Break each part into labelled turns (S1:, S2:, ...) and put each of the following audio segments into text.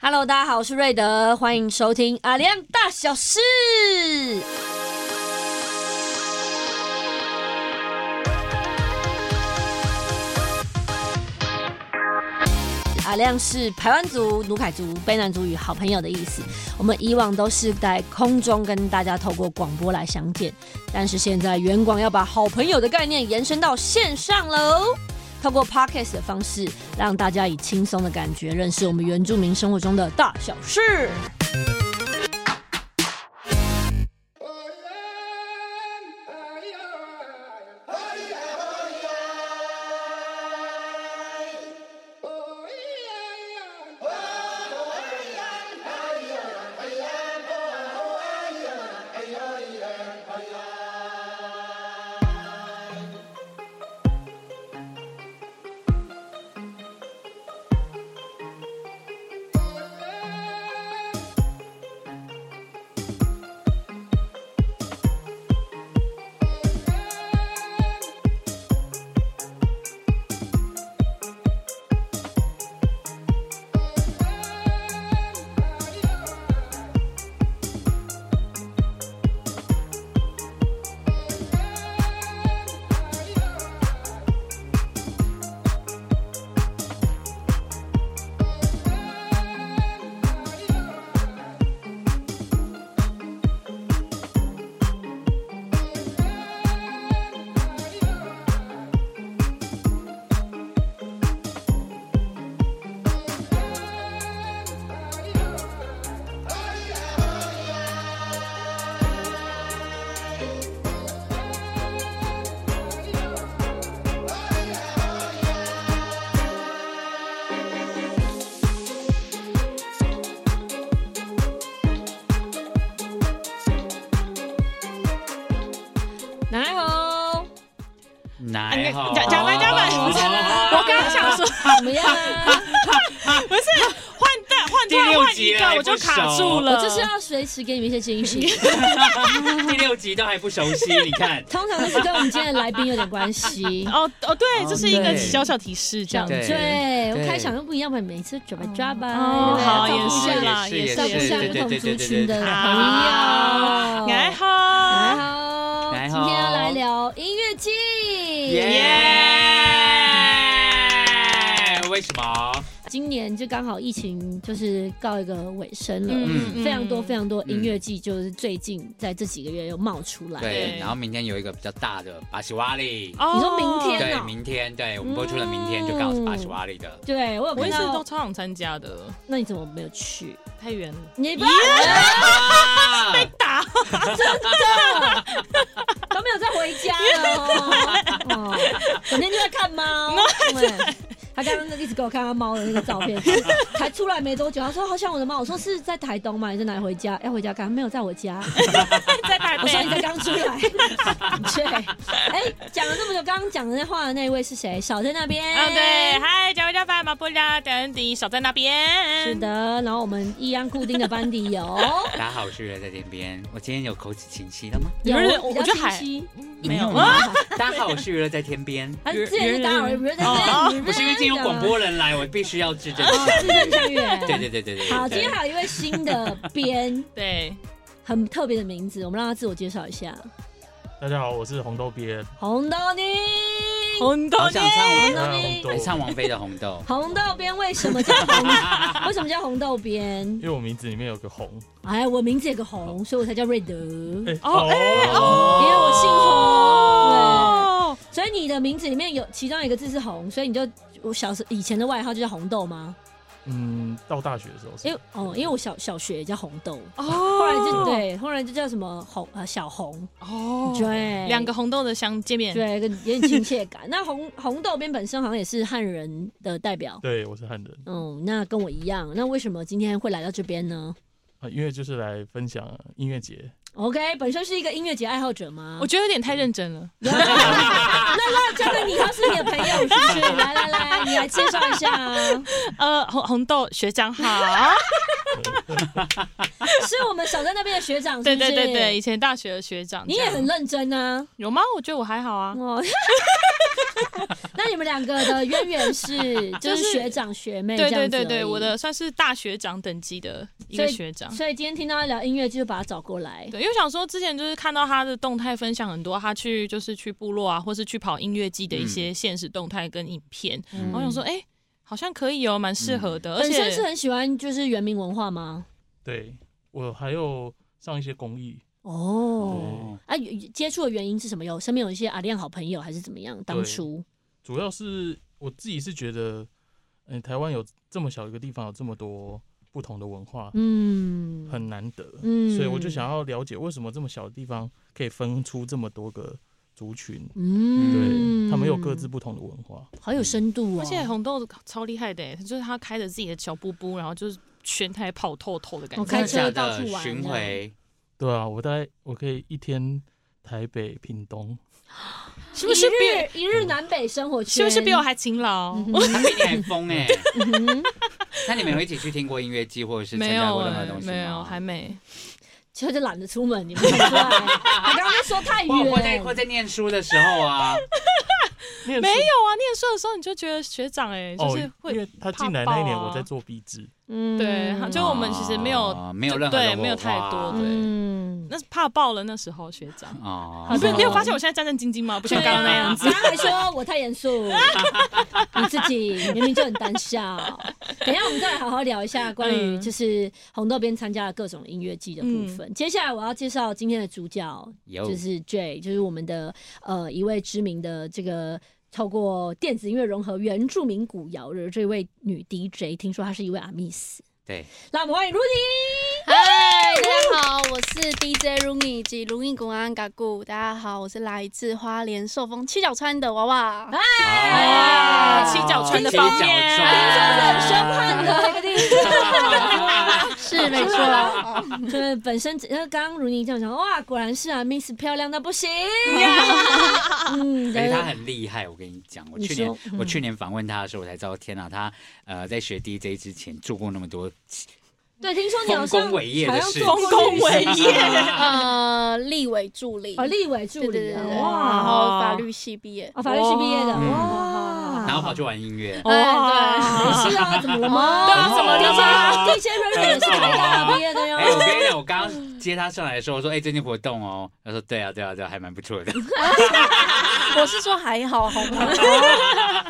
S1: Hello，大家好，我是瑞德，欢迎收听阿亮大小事。阿亮是排湾族、努凯族、卑南族与好朋友的意思。我们以往都是在空中跟大家透过广播来相见，但是现在远广要把好朋友的概念延伸到线上喽。透过 podcast 的方式，让大家以轻松的感觉认识我们原住民生活中的大小事。来哦，
S2: 奶哎好，
S3: 哎 讲讲完讲完
S2: 好
S3: 我刚刚想说
S1: 怎么样啊？
S3: 不是换代换
S2: 第
S3: 突然
S2: 六
S3: 换
S2: 集
S3: 一
S2: 了
S3: 个
S2: 还
S3: 我就
S2: 不
S3: 卡
S2: 熟
S3: 住
S1: 我
S3: 了，。
S1: 就是要随时给你们一些惊喜。，
S2: 第六集都还不熟悉，你看
S1: 通常都是跟我们今天的来宾有点关系
S3: 哦哦对，这是一个
S2: 对
S3: 小小提示这
S1: 讲
S3: 样子。
S2: 对
S1: 对，我
S2: 对
S1: 开场又不一样嘛，每次抓吧抓吧，
S3: 哦
S1: 对不对
S3: 好
S1: 照顾
S3: 也
S1: 一下
S3: 是啦也
S1: 照
S3: 是
S1: 顾一下
S2: 对
S1: 不同
S2: 对对
S1: 族
S2: 对
S1: 群
S2: 对
S1: 的
S2: 对。
S1: 朋
S3: 好，
S1: 友。
S3: 你
S1: 哦
S3: 好，
S1: 好，
S2: 来
S1: 今天要
S2: 好
S1: 来聊音乐季。
S2: 耶！为什么？
S1: 今年就刚好疫情就是告一个尾声了。
S2: 嗯
S1: 非常多非常多
S2: 嗯
S1: 音乐季，就是最近在这几个月又冒出来。
S2: 对，然后明天有一个比较大的巴西瓦利，
S3: 哦嗯
S1: 你说明天
S2: 对
S1: 哦，
S2: 明天对我们播出了，明天就刚好是巴西瓦利 的。
S1: 对我有
S3: 我
S1: 看
S3: 一直
S1: 到
S3: 都，超想参加的，
S1: 那你怎么没有去？
S3: 太远了。
S1: 你不
S2: 啊
S3: 打
S1: 都没有再回家了哦，哦，整天就在看猫。对他刚刚一直给我看他猫的那个照片，才出来没多久，他说好想我的猫。我说是在台东吗？你在哪里回家？要回家干？没有在我家。
S3: 在台
S1: 我说你才
S3: 北，
S1: 刚出来。 对，哎，讲了这么久，刚刚讲的那话的那一位是谁？小在那边。
S3: 啊对，。嗨，加维加饭马布拉等迪小在那边，
S1: 是，的，然后我们一样固定的班底有
S2: 大家好，我是瑞在这边。我今天有口齿清晰了吗？
S1: 有
S3: 不是
S1: 比
S3: 我
S1: 较
S3: 我觉得还
S1: 清晰
S2: 没有
S1: 啊
S2: 吗？大家好，我是娱乐在天 边。
S1: 他之前是打扰人，不是在
S3: 哦
S1: 这
S2: 不是因为今天有广播人来，我必须要制正。
S1: 哦，字正腔圆。
S2: 对对对对对。
S1: 好，
S2: 对
S1: 今天还有一位新的编，
S3: 对，
S1: 哎很特别的名字，我们让他自我介绍一下。
S4: 大家好，我是红豆鳖。
S1: 红豆泥，
S3: 红豆
S2: 好想唱
S1: 红
S2: 王
S1: 豆
S4: 啊
S1: 泥》。
S4: 红，豆
S2: 很唱王菲的《红豆
S1: 红豆编为什么叫红？为什么叫红豆编
S4: 因？为我名字里面有个红，
S1: 哎，我名字有个红，所以我才叫瑞德，因为
S4: 哎、
S3: 哦
S4: 哦，
S1: 我姓红。对
S3: 哦，
S1: 所以你的名字里面有其中一个字是红，所以你就我小时以前的外号就叫红豆吗？
S4: 嗯，到大学的时候是
S1: 因为哦，因为我小小学也叫红豆，
S3: 哦，
S1: 后
S3: 后
S1: 来就，对，后来就叫什么红呃小红，
S3: 哦，
S1: 对，
S3: 两个红豆的相见面，
S1: 对，跟有点亲切感。那红红豆边本身好像也是汉人的代表，
S4: 对，我是汉人
S1: 嗯，那跟我一样。那为什么今天会来到这边呢
S4: 啊，因为就是来分享音乐节，
S1: ？OK，本身是一个音乐节爱好者吗
S3: 我？觉得有点太认真了。
S1: 那那交给你，他是你的朋友，是不是？来来来，你来介绍一下啊。
S3: 呃，红红豆学长好，
S1: 是我们小在那边的学长，
S3: 对
S1: 是不
S3: 对
S1: 是
S3: 对对，以，前大学的学长这
S1: 你
S3: 样，
S1: 也很认真啊。
S3: 有吗？我觉得我还好啊。
S1: 哦， 那你们两个的渊源 是就
S3: 就是是
S1: 学长学妹
S3: 对
S1: 这样
S3: 对
S1: 子
S3: 对
S1: 而已
S3: 对，我的算是大学长等级的一
S1: 所
S3: 个
S1: 以
S3: 学长。
S1: 所以今天听到他聊音乐，就把他找过来。
S3: 对，因为想说之前就是看到他的动态分享很多，他去就是去部落啊，或是去跑音乐季的一
S2: 嗯
S3: 些现实动态跟影片，
S1: 嗯
S3: 然后想说，哎、好像可以哦，蛮适合的，而
S1: 本身
S3: 且
S1: 是很喜欢就是原民文化吗？
S4: 对我还有上一些公益，
S1: 哦，
S2: 哦，
S1: 啊，接触的原因是什么？有身边有一些阿亮好朋友，还是怎么样？当初
S4: 主要是我自己是觉得，嗯、台湾有这么小一个地方，有这么多不同的文化，
S1: 嗯
S4: 很难得，
S1: 嗯
S4: 所以我就想要了解为什么这么小的地方可以分出这么多个族群，
S1: 嗯
S4: 对他们有各自嗯不同的文化，
S1: 好有深度哦，
S3: 而且红豆超厉害的耶，就是他开着自己的小布布，然后就是全台跑透透的感
S1: 我
S3: 觉。
S1: 开车
S2: 真的
S1: 到
S2: 假
S1: 处
S2: 的
S1: 玩
S2: 巡
S1: 这样
S2: 回，
S4: 对啊，我大概我可以一天台北、屏东，
S1: 是
S3: 不是
S1: 一日一日南北生活圈？
S3: 是不是比我还勤劳？
S1: 嗯
S2: 他比你还疯哎！
S1: 嗯哼
S2: 那你们有一起去听过音乐季，或者是参
S3: 没
S2: 加
S3: 有
S2: 过任
S3: 哎
S2: 何东西吗？
S3: 没有，还没。
S1: 就就懒得出门，你 们奇怪。他刚刚就说太
S2: 或或在
S1: 远，
S2: 或在念书的时候啊，
S4: 没有
S3: 没有啊，念书的时候你就觉得学长哎、就是
S4: 哦，因
S3: 会、
S4: 为他进来那一年
S3: 怕爆啊
S4: 我在做壁纸，
S1: 嗯
S3: 对就我们其实没有
S2: 啊没有任何
S3: 对
S2: 的
S3: 没有
S2: 火
S3: 太
S2: 花
S3: 多的
S1: 嗯，
S3: 那是怕爆了那时候学长。
S2: 哦
S1: 好
S3: 你不
S1: 的
S3: 你有发现我现在战战兢兢吗？不像
S1: 对
S3: 刚
S1: 啊
S3: 刚那样子。
S1: 刚刚还说我太严 肃，你自己明明就很胆小。等一下，我们再来好好聊一下关于
S3: 嗯
S1: 就是红豆边参加了各种音乐季的部分。接下来我要介绍今天的主角，
S2: 有
S1: 就是
S3: 哦
S1: J，就是我们的呃一位知名的这个。透过电子音乐融合原住民古谣的这位女 DJ，听说她是一位阿密斯，
S2: 对，
S1: 那我们欢迎 Rudy。
S5: 嗨，大家好，我是 DJ Rumi 以及 Rumi 古安嘎古。大家好，我是来自花莲寿丰七角川的娃娃。
S3: 哎
S2: 啊
S3: 七角川的
S2: 七
S3: 方
S2: 角
S3: 面
S2: 川
S1: 很凶悍的一个地方，
S5: 是没错，
S1: 就是本身呃，刚刚如妮这样讲，哇，果然是啊，Miss 漂亮到不行。嗯，
S2: 可是
S1: 对，
S2: 他很厉害，我跟你讲，我
S1: 你
S2: 去年
S1: 说嗯
S2: 我去年访问他的时候，我才知道，天哪，他呃在学 DJ 之前做过那么多，
S1: 对，听说你好像
S2: 丰功伟业的
S1: 好像
S2: 事
S1: 做
S3: 丰
S1: 过
S3: 功伟业，
S5: 呃，立委助理，
S1: 哦，立委
S5: 对
S1: 助
S5: 对对
S1: 理
S5: 对
S1: 啊，
S5: 对，然
S1: 哇，
S5: 后法律系毕业。
S1: 哦，法律系毕业的，
S2: 嗯
S1: 哇，
S3: 啊
S2: 然后跑去玩音乐，
S5: 哇
S1: 是啊，怎么了吗？
S3: 对啊怎么了吗
S1: 地仙瑞瑞也是台大毕业的哟
S2: 哎，。我跟你讲，我刚刚接他上来的时候，我说，哎，最近活动哦，他说，对啊，对啊，对啊，还蛮不错的。
S5: 我是说还好，好吗？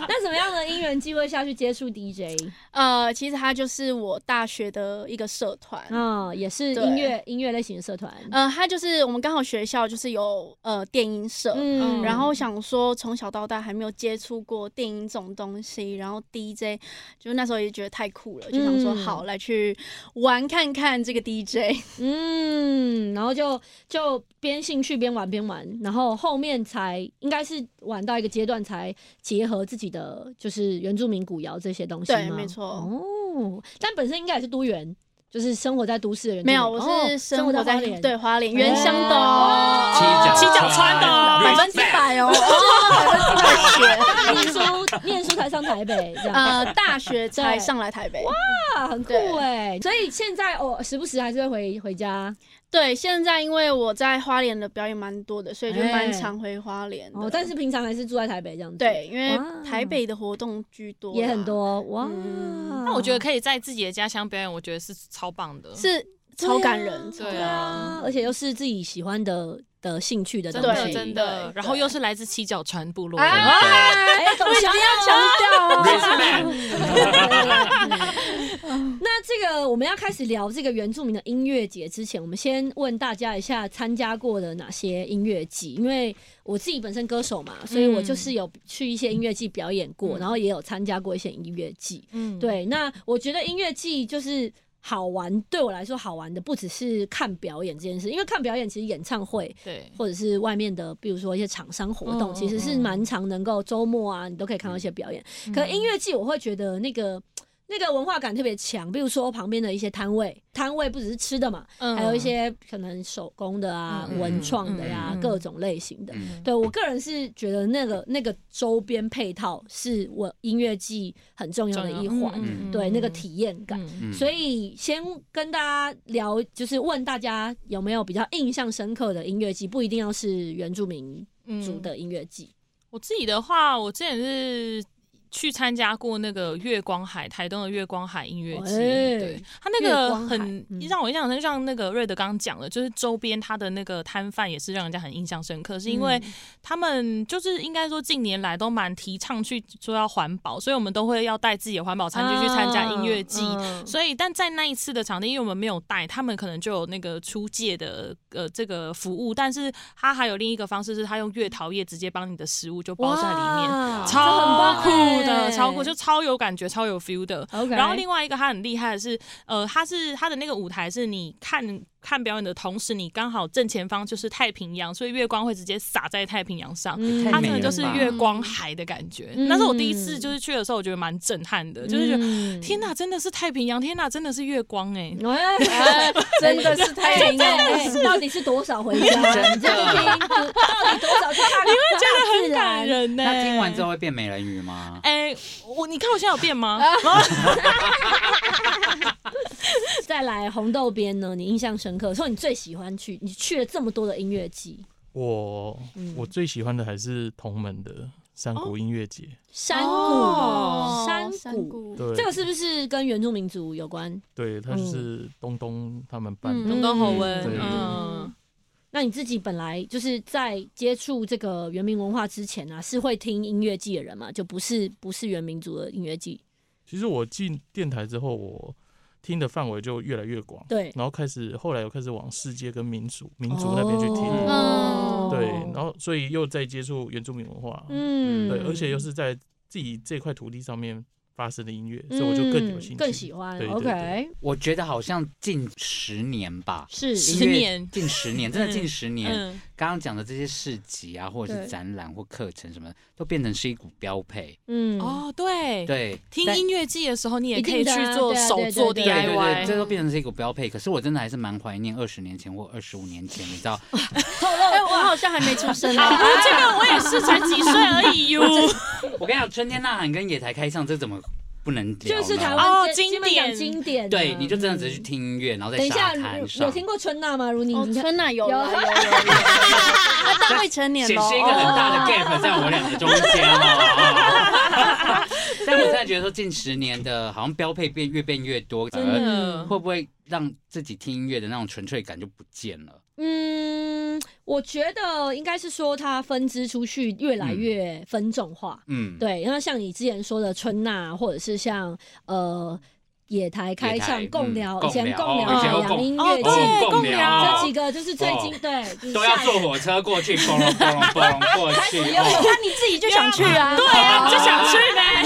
S1: 那怎么样的因缘机会下去接触 DJ？
S5: 呃，其实它就是我大学的一个社团。
S1: 嗯，也是
S5: 对
S1: 音乐音乐类型的社团。
S5: 呃，它就是我们刚好学校就是有呃电音社，
S1: 嗯
S5: 然后想说从小到大还没有接触过电影这种东西，然后 DJ 就是那时候也觉得太酷了，就想说
S1: 嗯
S5: 好来去玩看看这个 DJ。
S1: 嗯，然后就就边兴趣边玩边玩，然后后面才应该是玩到一个阶段才结合自己的就是原住民古谣这些东西吗。
S5: 对没错
S1: 哦，但本身应该也是都元，就是生活在都市的人。
S5: 没有，我
S1: 哦
S5: 是
S1: 生
S5: 生
S1: 活在
S5: 活在
S1: 花莲
S5: 对花莲原乡的
S1: 哦
S5: 哦，
S2: 七角
S3: 七角川的哦
S5: 百分之百哦，哦百分之百学。
S1: 念书念书才上台北 这样。
S5: 呃，大学才上来台北。
S1: 啊，很酷
S5: 对
S1: 哎！所以现在哦，时不时还是会回回家。
S5: 对，现在因为我在花莲的表演蛮多的，所以就
S1: 哎
S5: 蛮常回花莲的。
S1: 哦，但是平常还是住在台北这样子。
S5: 对，因为
S1: 哇
S5: 台北的活动居多，
S1: 也很。多哇。
S5: 嗯
S3: 那我觉得可以在自己的家乡表演，我觉得是超棒的。
S5: 是超感人，
S3: 对啊
S1: 对啊，而且又是自己喜欢的的兴趣的
S3: 真
S1: 东
S3: 的
S1: 西，
S5: 对
S3: 真的，
S5: 对
S3: 然后又是来自七角川部落的，
S5: 啊
S1: 哎，董小要强调 哦。那这个我们要开始聊这个原住民的音乐节之前，我们先问大家一下参加过的哪些音乐季？因为我自己本身歌手嘛，所以我就是有去一些音乐季表演过，
S3: 嗯
S1: 然后也有参加过一些音乐季。
S3: 嗯，
S1: 对，那我觉得音乐季就是好玩，对我来说好玩的不只是看表演这件事，因为看表演其实演唱会
S3: 对，
S1: 或者是外面的，比如说一些厂商活动，
S3: 嗯嗯
S1: 其实是蛮常能够周末啊，你都可以看到一些表演。可音乐季，我会觉得那个。那个文化感特别强。比如说旁边的一些摊位，摊位不只是吃的嘛，
S3: 嗯
S1: 还有一些可能手工的啊、
S3: 嗯
S1: 文创的呀、
S3: 嗯嗯嗯
S1: 各种类型的。
S2: 嗯
S1: 对我个人是觉得那个那个周边配套是我音乐季很重要的一环，
S2: 嗯
S1: 对那个体验感。
S3: 嗯
S2: 嗯
S1: 所以先跟大家聊，就是问大家有没有比较印象深刻的音乐季，不一定要是原住民
S3: 嗯
S1: 族的音乐季。
S3: 我自己的话，我之前是去参加过那个月光海，台东的月光海音乐季。
S1: 哎
S3: 对，它那
S1: 月
S3: 个
S1: 光海
S3: 很
S1: 嗯
S3: 让我印象很深，就像那个瑞德刚刚讲的，就是周边它的那个摊贩也是让人家很印象深刻，是因为他们就是应该说近年来都蛮提倡去说要环保，所以我们都会要带自己的环保餐具去参加音乐季。
S1: 啊嗯
S3: 所以，但在那一次的场地，因为我们没有带，他们可能就有那个出借的呃这个服务，但是他还有另一个方式是，他用月桃叶直接帮你的食物就包在里面，
S1: 哇
S3: 超
S1: 这很棒
S3: 酷
S1: 哎
S3: 的，超酷，就超有感觉，超有 feel 的。
S1: OK。
S3: 然后另外一个他很厉害的是，呃，他是他的那个舞台是你看看表演的同时，你刚好正前方就是太平洋，所以月光会直接洒在太平洋上。
S1: 嗯
S2: 太
S3: 它
S2: 美
S3: 真的
S2: 了
S3: 就是
S2: 吧
S3: 月光海的感觉，
S1: 嗯
S3: 那是我第一次就是去的时候，我觉得蛮震撼的，就是觉得
S1: 得
S3: 天哪，真的是太平洋！天哪，真的是月光哎、
S1: 嗯哎，
S6: 真的是 太
S1: 哎
S6: 平洋
S1: 哎哎到底是多少回家？真的，到底多少去看？你会
S3: 很感。人呢、
S2: 那听完之后，会变美人鱼吗？
S3: 哎、我你看我现在有变吗？
S1: 再来红豆边呢？你印象深刻，说你最喜欢去，你去了这么多的音乐季，
S4: 我
S1: 嗯哦
S4: 我最喜欢的还是同门的山谷音乐节，
S1: 山
S5: 哦
S1: 谷，山
S5: 山
S1: 谷，
S5: 谷，
S4: 对，
S1: 这个嗯是不是跟原住民族有关？
S4: 对，它就是东东他们
S1: 嗯
S4: 办的，
S3: 东东侯文，
S4: 对
S3: 嗯，
S1: 那你自己本来就是在接触这个原民文化之前啊，是会听音乐季的人嘛？就不是不是原民族的音乐季，
S4: 其实我进电台之后，我听的范围就越来越广，
S1: 对，
S4: 然后开始后来又开始往世界跟民族民族那边去听，
S1: 哦
S4: 对，然后所以又在接触原住民文化，
S1: 嗯
S4: 对，而且又是在自己这块土地上面发生的音乐，所以我就更有兴趣，
S1: 嗯更喜欢。
S4: 对对
S1: OK，
S2: 我觉得好像近十年吧，
S1: 是
S3: 十
S2: 音乐
S3: 年
S2: 近十年，真的近十年。
S3: 嗯，
S2: 刚刚讲的这些市集啊，或者
S1: 对
S2: 是展览或课程什么的，都变成是一股标配。
S1: 嗯，
S3: 哦，对，
S2: 对，
S3: 听
S2: 但
S3: 音乐季的时候，你也
S1: 一
S3: 可
S1: 定
S3: 以
S1: 的
S3: 去
S1: 啊
S3: 做
S1: 对啊
S3: 手
S1: 对
S3: 做
S1: 对对
S2: 对对对，
S3: DIY。
S2: 这都变成是一股标配。可是我真的还是蛮怀念二十年前或二十五年前，你知道，
S1: 透露
S5: 哎，我好像还没出生呢。
S3: 这 个我也是才几岁而已哟。
S2: 我跟你讲，春天呐喊跟野台开唱，这怎么不能聊
S1: 就
S2: 呢？
S1: 是台
S3: 哦
S1: 湾
S3: 经
S1: 本讲
S3: 典
S1: 经典啊，
S2: 对，你就真的只是
S1: 嗯。
S2: 去听音乐，然后在
S1: 等一
S2: 沙
S1: 下，
S2: 滩
S1: 有
S2: 上
S1: 有，听过春娜吗？如你，
S5: 哦，
S1: 你看
S5: 春娜有
S1: 有
S5: 了，有了有了有了，啊大未成年
S2: 显
S5: 喽。
S2: 示一个很
S1: 哦
S2: 大的 gap 在我们两个中间哦。 但我真的觉得说，近十年的好像标配变越变越多，反
S1: 真
S2: 而
S1: 的
S2: 会不会让自己听音乐的那种纯粹感就不见了？
S1: 嗯，我觉得应该是说它分支出去越来越分众化。
S2: 嗯，
S1: 对，那像你之前说的春娜，或者是像呃野台开
S2: 野台
S1: 唱、
S2: 嗯
S1: 共聊，以
S2: 共
S1: 前
S2: 聊
S1: 共
S2: 哦
S1: 聊
S3: 以
S1: 海
S3: 前有
S1: 洋
S2: 共
S1: 音
S3: 哦
S1: 乐
S3: 对
S1: 季，
S3: 共聊
S1: 这几个就是最近
S2: 哦
S1: 对，就是
S2: 都要
S1: 下一
S2: 坐火车过去，嘣隆嘣隆嘣隆过去。
S1: 有
S2: 哦
S5: 那你自己就想去啊？对啊，
S3: 就想去呗，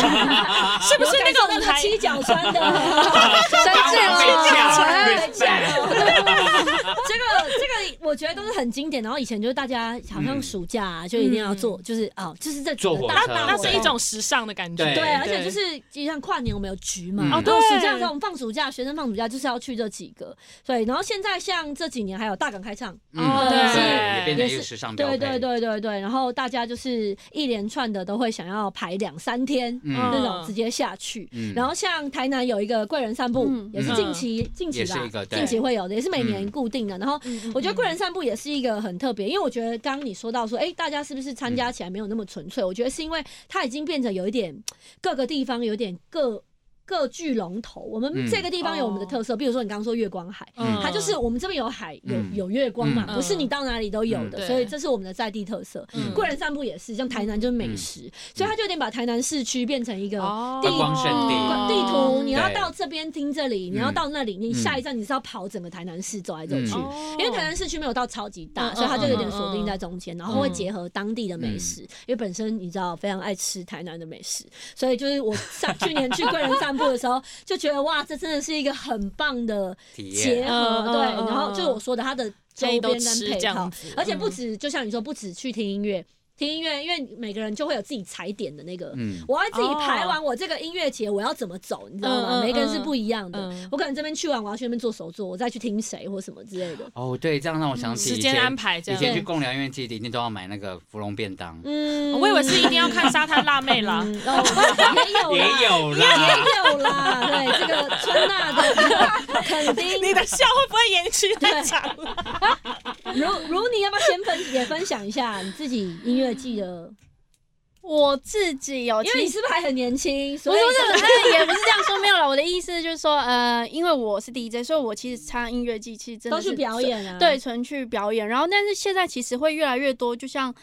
S3: 是不是
S1: 有感
S3: 那个
S1: 受到
S3: 舞
S1: 那个
S3: 台？
S1: 七角川的。
S5: 生气了。
S1: 对，这样哦 这个这个，我觉得都是很经典。然后以前就是大家好像暑假啊就一定要做，就是啊，就是这
S2: 坐火
S1: 大
S2: 车
S1: 大
S3: 那
S1: 活
S3: 是一
S1: 动
S3: 种时尚的感觉。
S2: 对
S1: 对，而且就是就像跨年我们有局嘛，
S2: 嗯
S1: 然
S2: 哦
S1: 后
S3: 对
S1: 暑假这种放暑假，学生放暑假就是要去这几个，对。然后现在像这几年还有大港开唱，
S2: 嗯，
S1: 对
S2: 对，也变
S1: 也
S2: 成一
S1: 是
S2: 个时尚标
S1: 对
S2: 配。
S1: 对对对对，然后大家就是一连串的都会想要排两三天
S2: 嗯
S1: 那种直接下去。
S2: 嗯
S1: 然后像台南有一个贵人散步
S5: 嗯，
S1: 也是近期近期
S2: 也是一
S1: 吧，
S2: 个对嗯
S1: 近期会有的，也是每年固定的。然后
S3: 嗯
S1: 我觉得贵人散步也是一个很特别，因为我觉得刚刚你说到说，哎，大家是不是参加起来没有那么纯粹？我觉得是因为它已经变成有一点各个地方有点各。各具龙头，我们
S2: 嗯
S1: 这个地方有我们的特色，比如说你刚刚说月光海，
S2: 嗯
S1: 它就是我们这边有海，有
S2: 嗯
S1: 有月光嘛，
S3: 哦嗯
S1: 不是你到哪里都有
S2: 嗯
S1: 的，
S3: 对
S1: 所以这是我们的在地特色。
S3: 嗯
S1: 贵人散步也是，像台南就是美食，所以它就有点把台南市区变成一个
S3: 哦
S1: 地
S2: 观光圣地
S1: 地图，
S3: 嗯
S1: 你要
S2: 对
S1: 到这边听这里，你要到那里，你下一站你是要跑整个台南市走来走去。
S2: 嗯
S3: 哦
S1: 因为台南市区没有到超级大，
S3: 嗯
S1: 所以它就有点
S3: 嗯嗯嗯
S1: 锁定在中间，然后会结合当地的美食。因为本身你知道非常爱吃台南的美食，所以就是我上去年去贵人散步的时候，就觉得哇，这真的是一个很棒的
S2: 体
S1: 结
S2: 验。
S1: 合。
S3: 嗯嗯
S1: 对，
S3: 嗯
S1: 然后
S3: 嗯
S1: 就是我说的，它的周
S3: 可以
S1: 边
S3: 都
S1: 跟
S3: 吃
S1: 配
S3: 这
S1: 套
S3: 样，子，
S1: 而且不
S3: 嗯
S1: 止，就像你说，不止去听音乐。听音乐，因为每个人就会有自己踩点的那个。
S2: 嗯，
S1: 我要自己排完我这个音乐节，我要怎么走，你知道吗？
S3: 哦嗯嗯
S1: 每个人是不一样的。
S3: 嗯
S1: 我可能这边去完，我要去那边做手作，我再去听谁或什么之类的。
S2: 哦，对，这样让
S1: 嗯
S2: 我想起
S3: 时
S2: 以
S3: 间安
S2: 前
S3: 排这
S2: 以
S3: 样
S2: 前。去贡寮音乐季，一定都要买那个芙蓉便当，
S1: 嗯
S3: 我以为是一定要看沙滩辣妹啦，
S1: 嗯哦，也有啦
S2: 也有啦。
S1: 也有啦，对这个春娜的肯定。
S3: 你的笑会不会延期 太长了？
S1: 如如你要不要先分也分享一下你自己音乐季的？
S5: 我自己有，
S1: 因为
S5: 其
S1: 你
S5: 实
S1: 是不是还很年轻？
S5: 不
S1: 所
S5: 是
S1: 以
S5: 不是，那也不是这样说，没有了。我的意思就是说，呃，因为我是 DJ，所以我其实参加音乐季，其实真的
S1: 都去
S5: 是
S1: 表演啊？
S5: 对，，纯去表演。然后，但是现在其实会越来越多，就像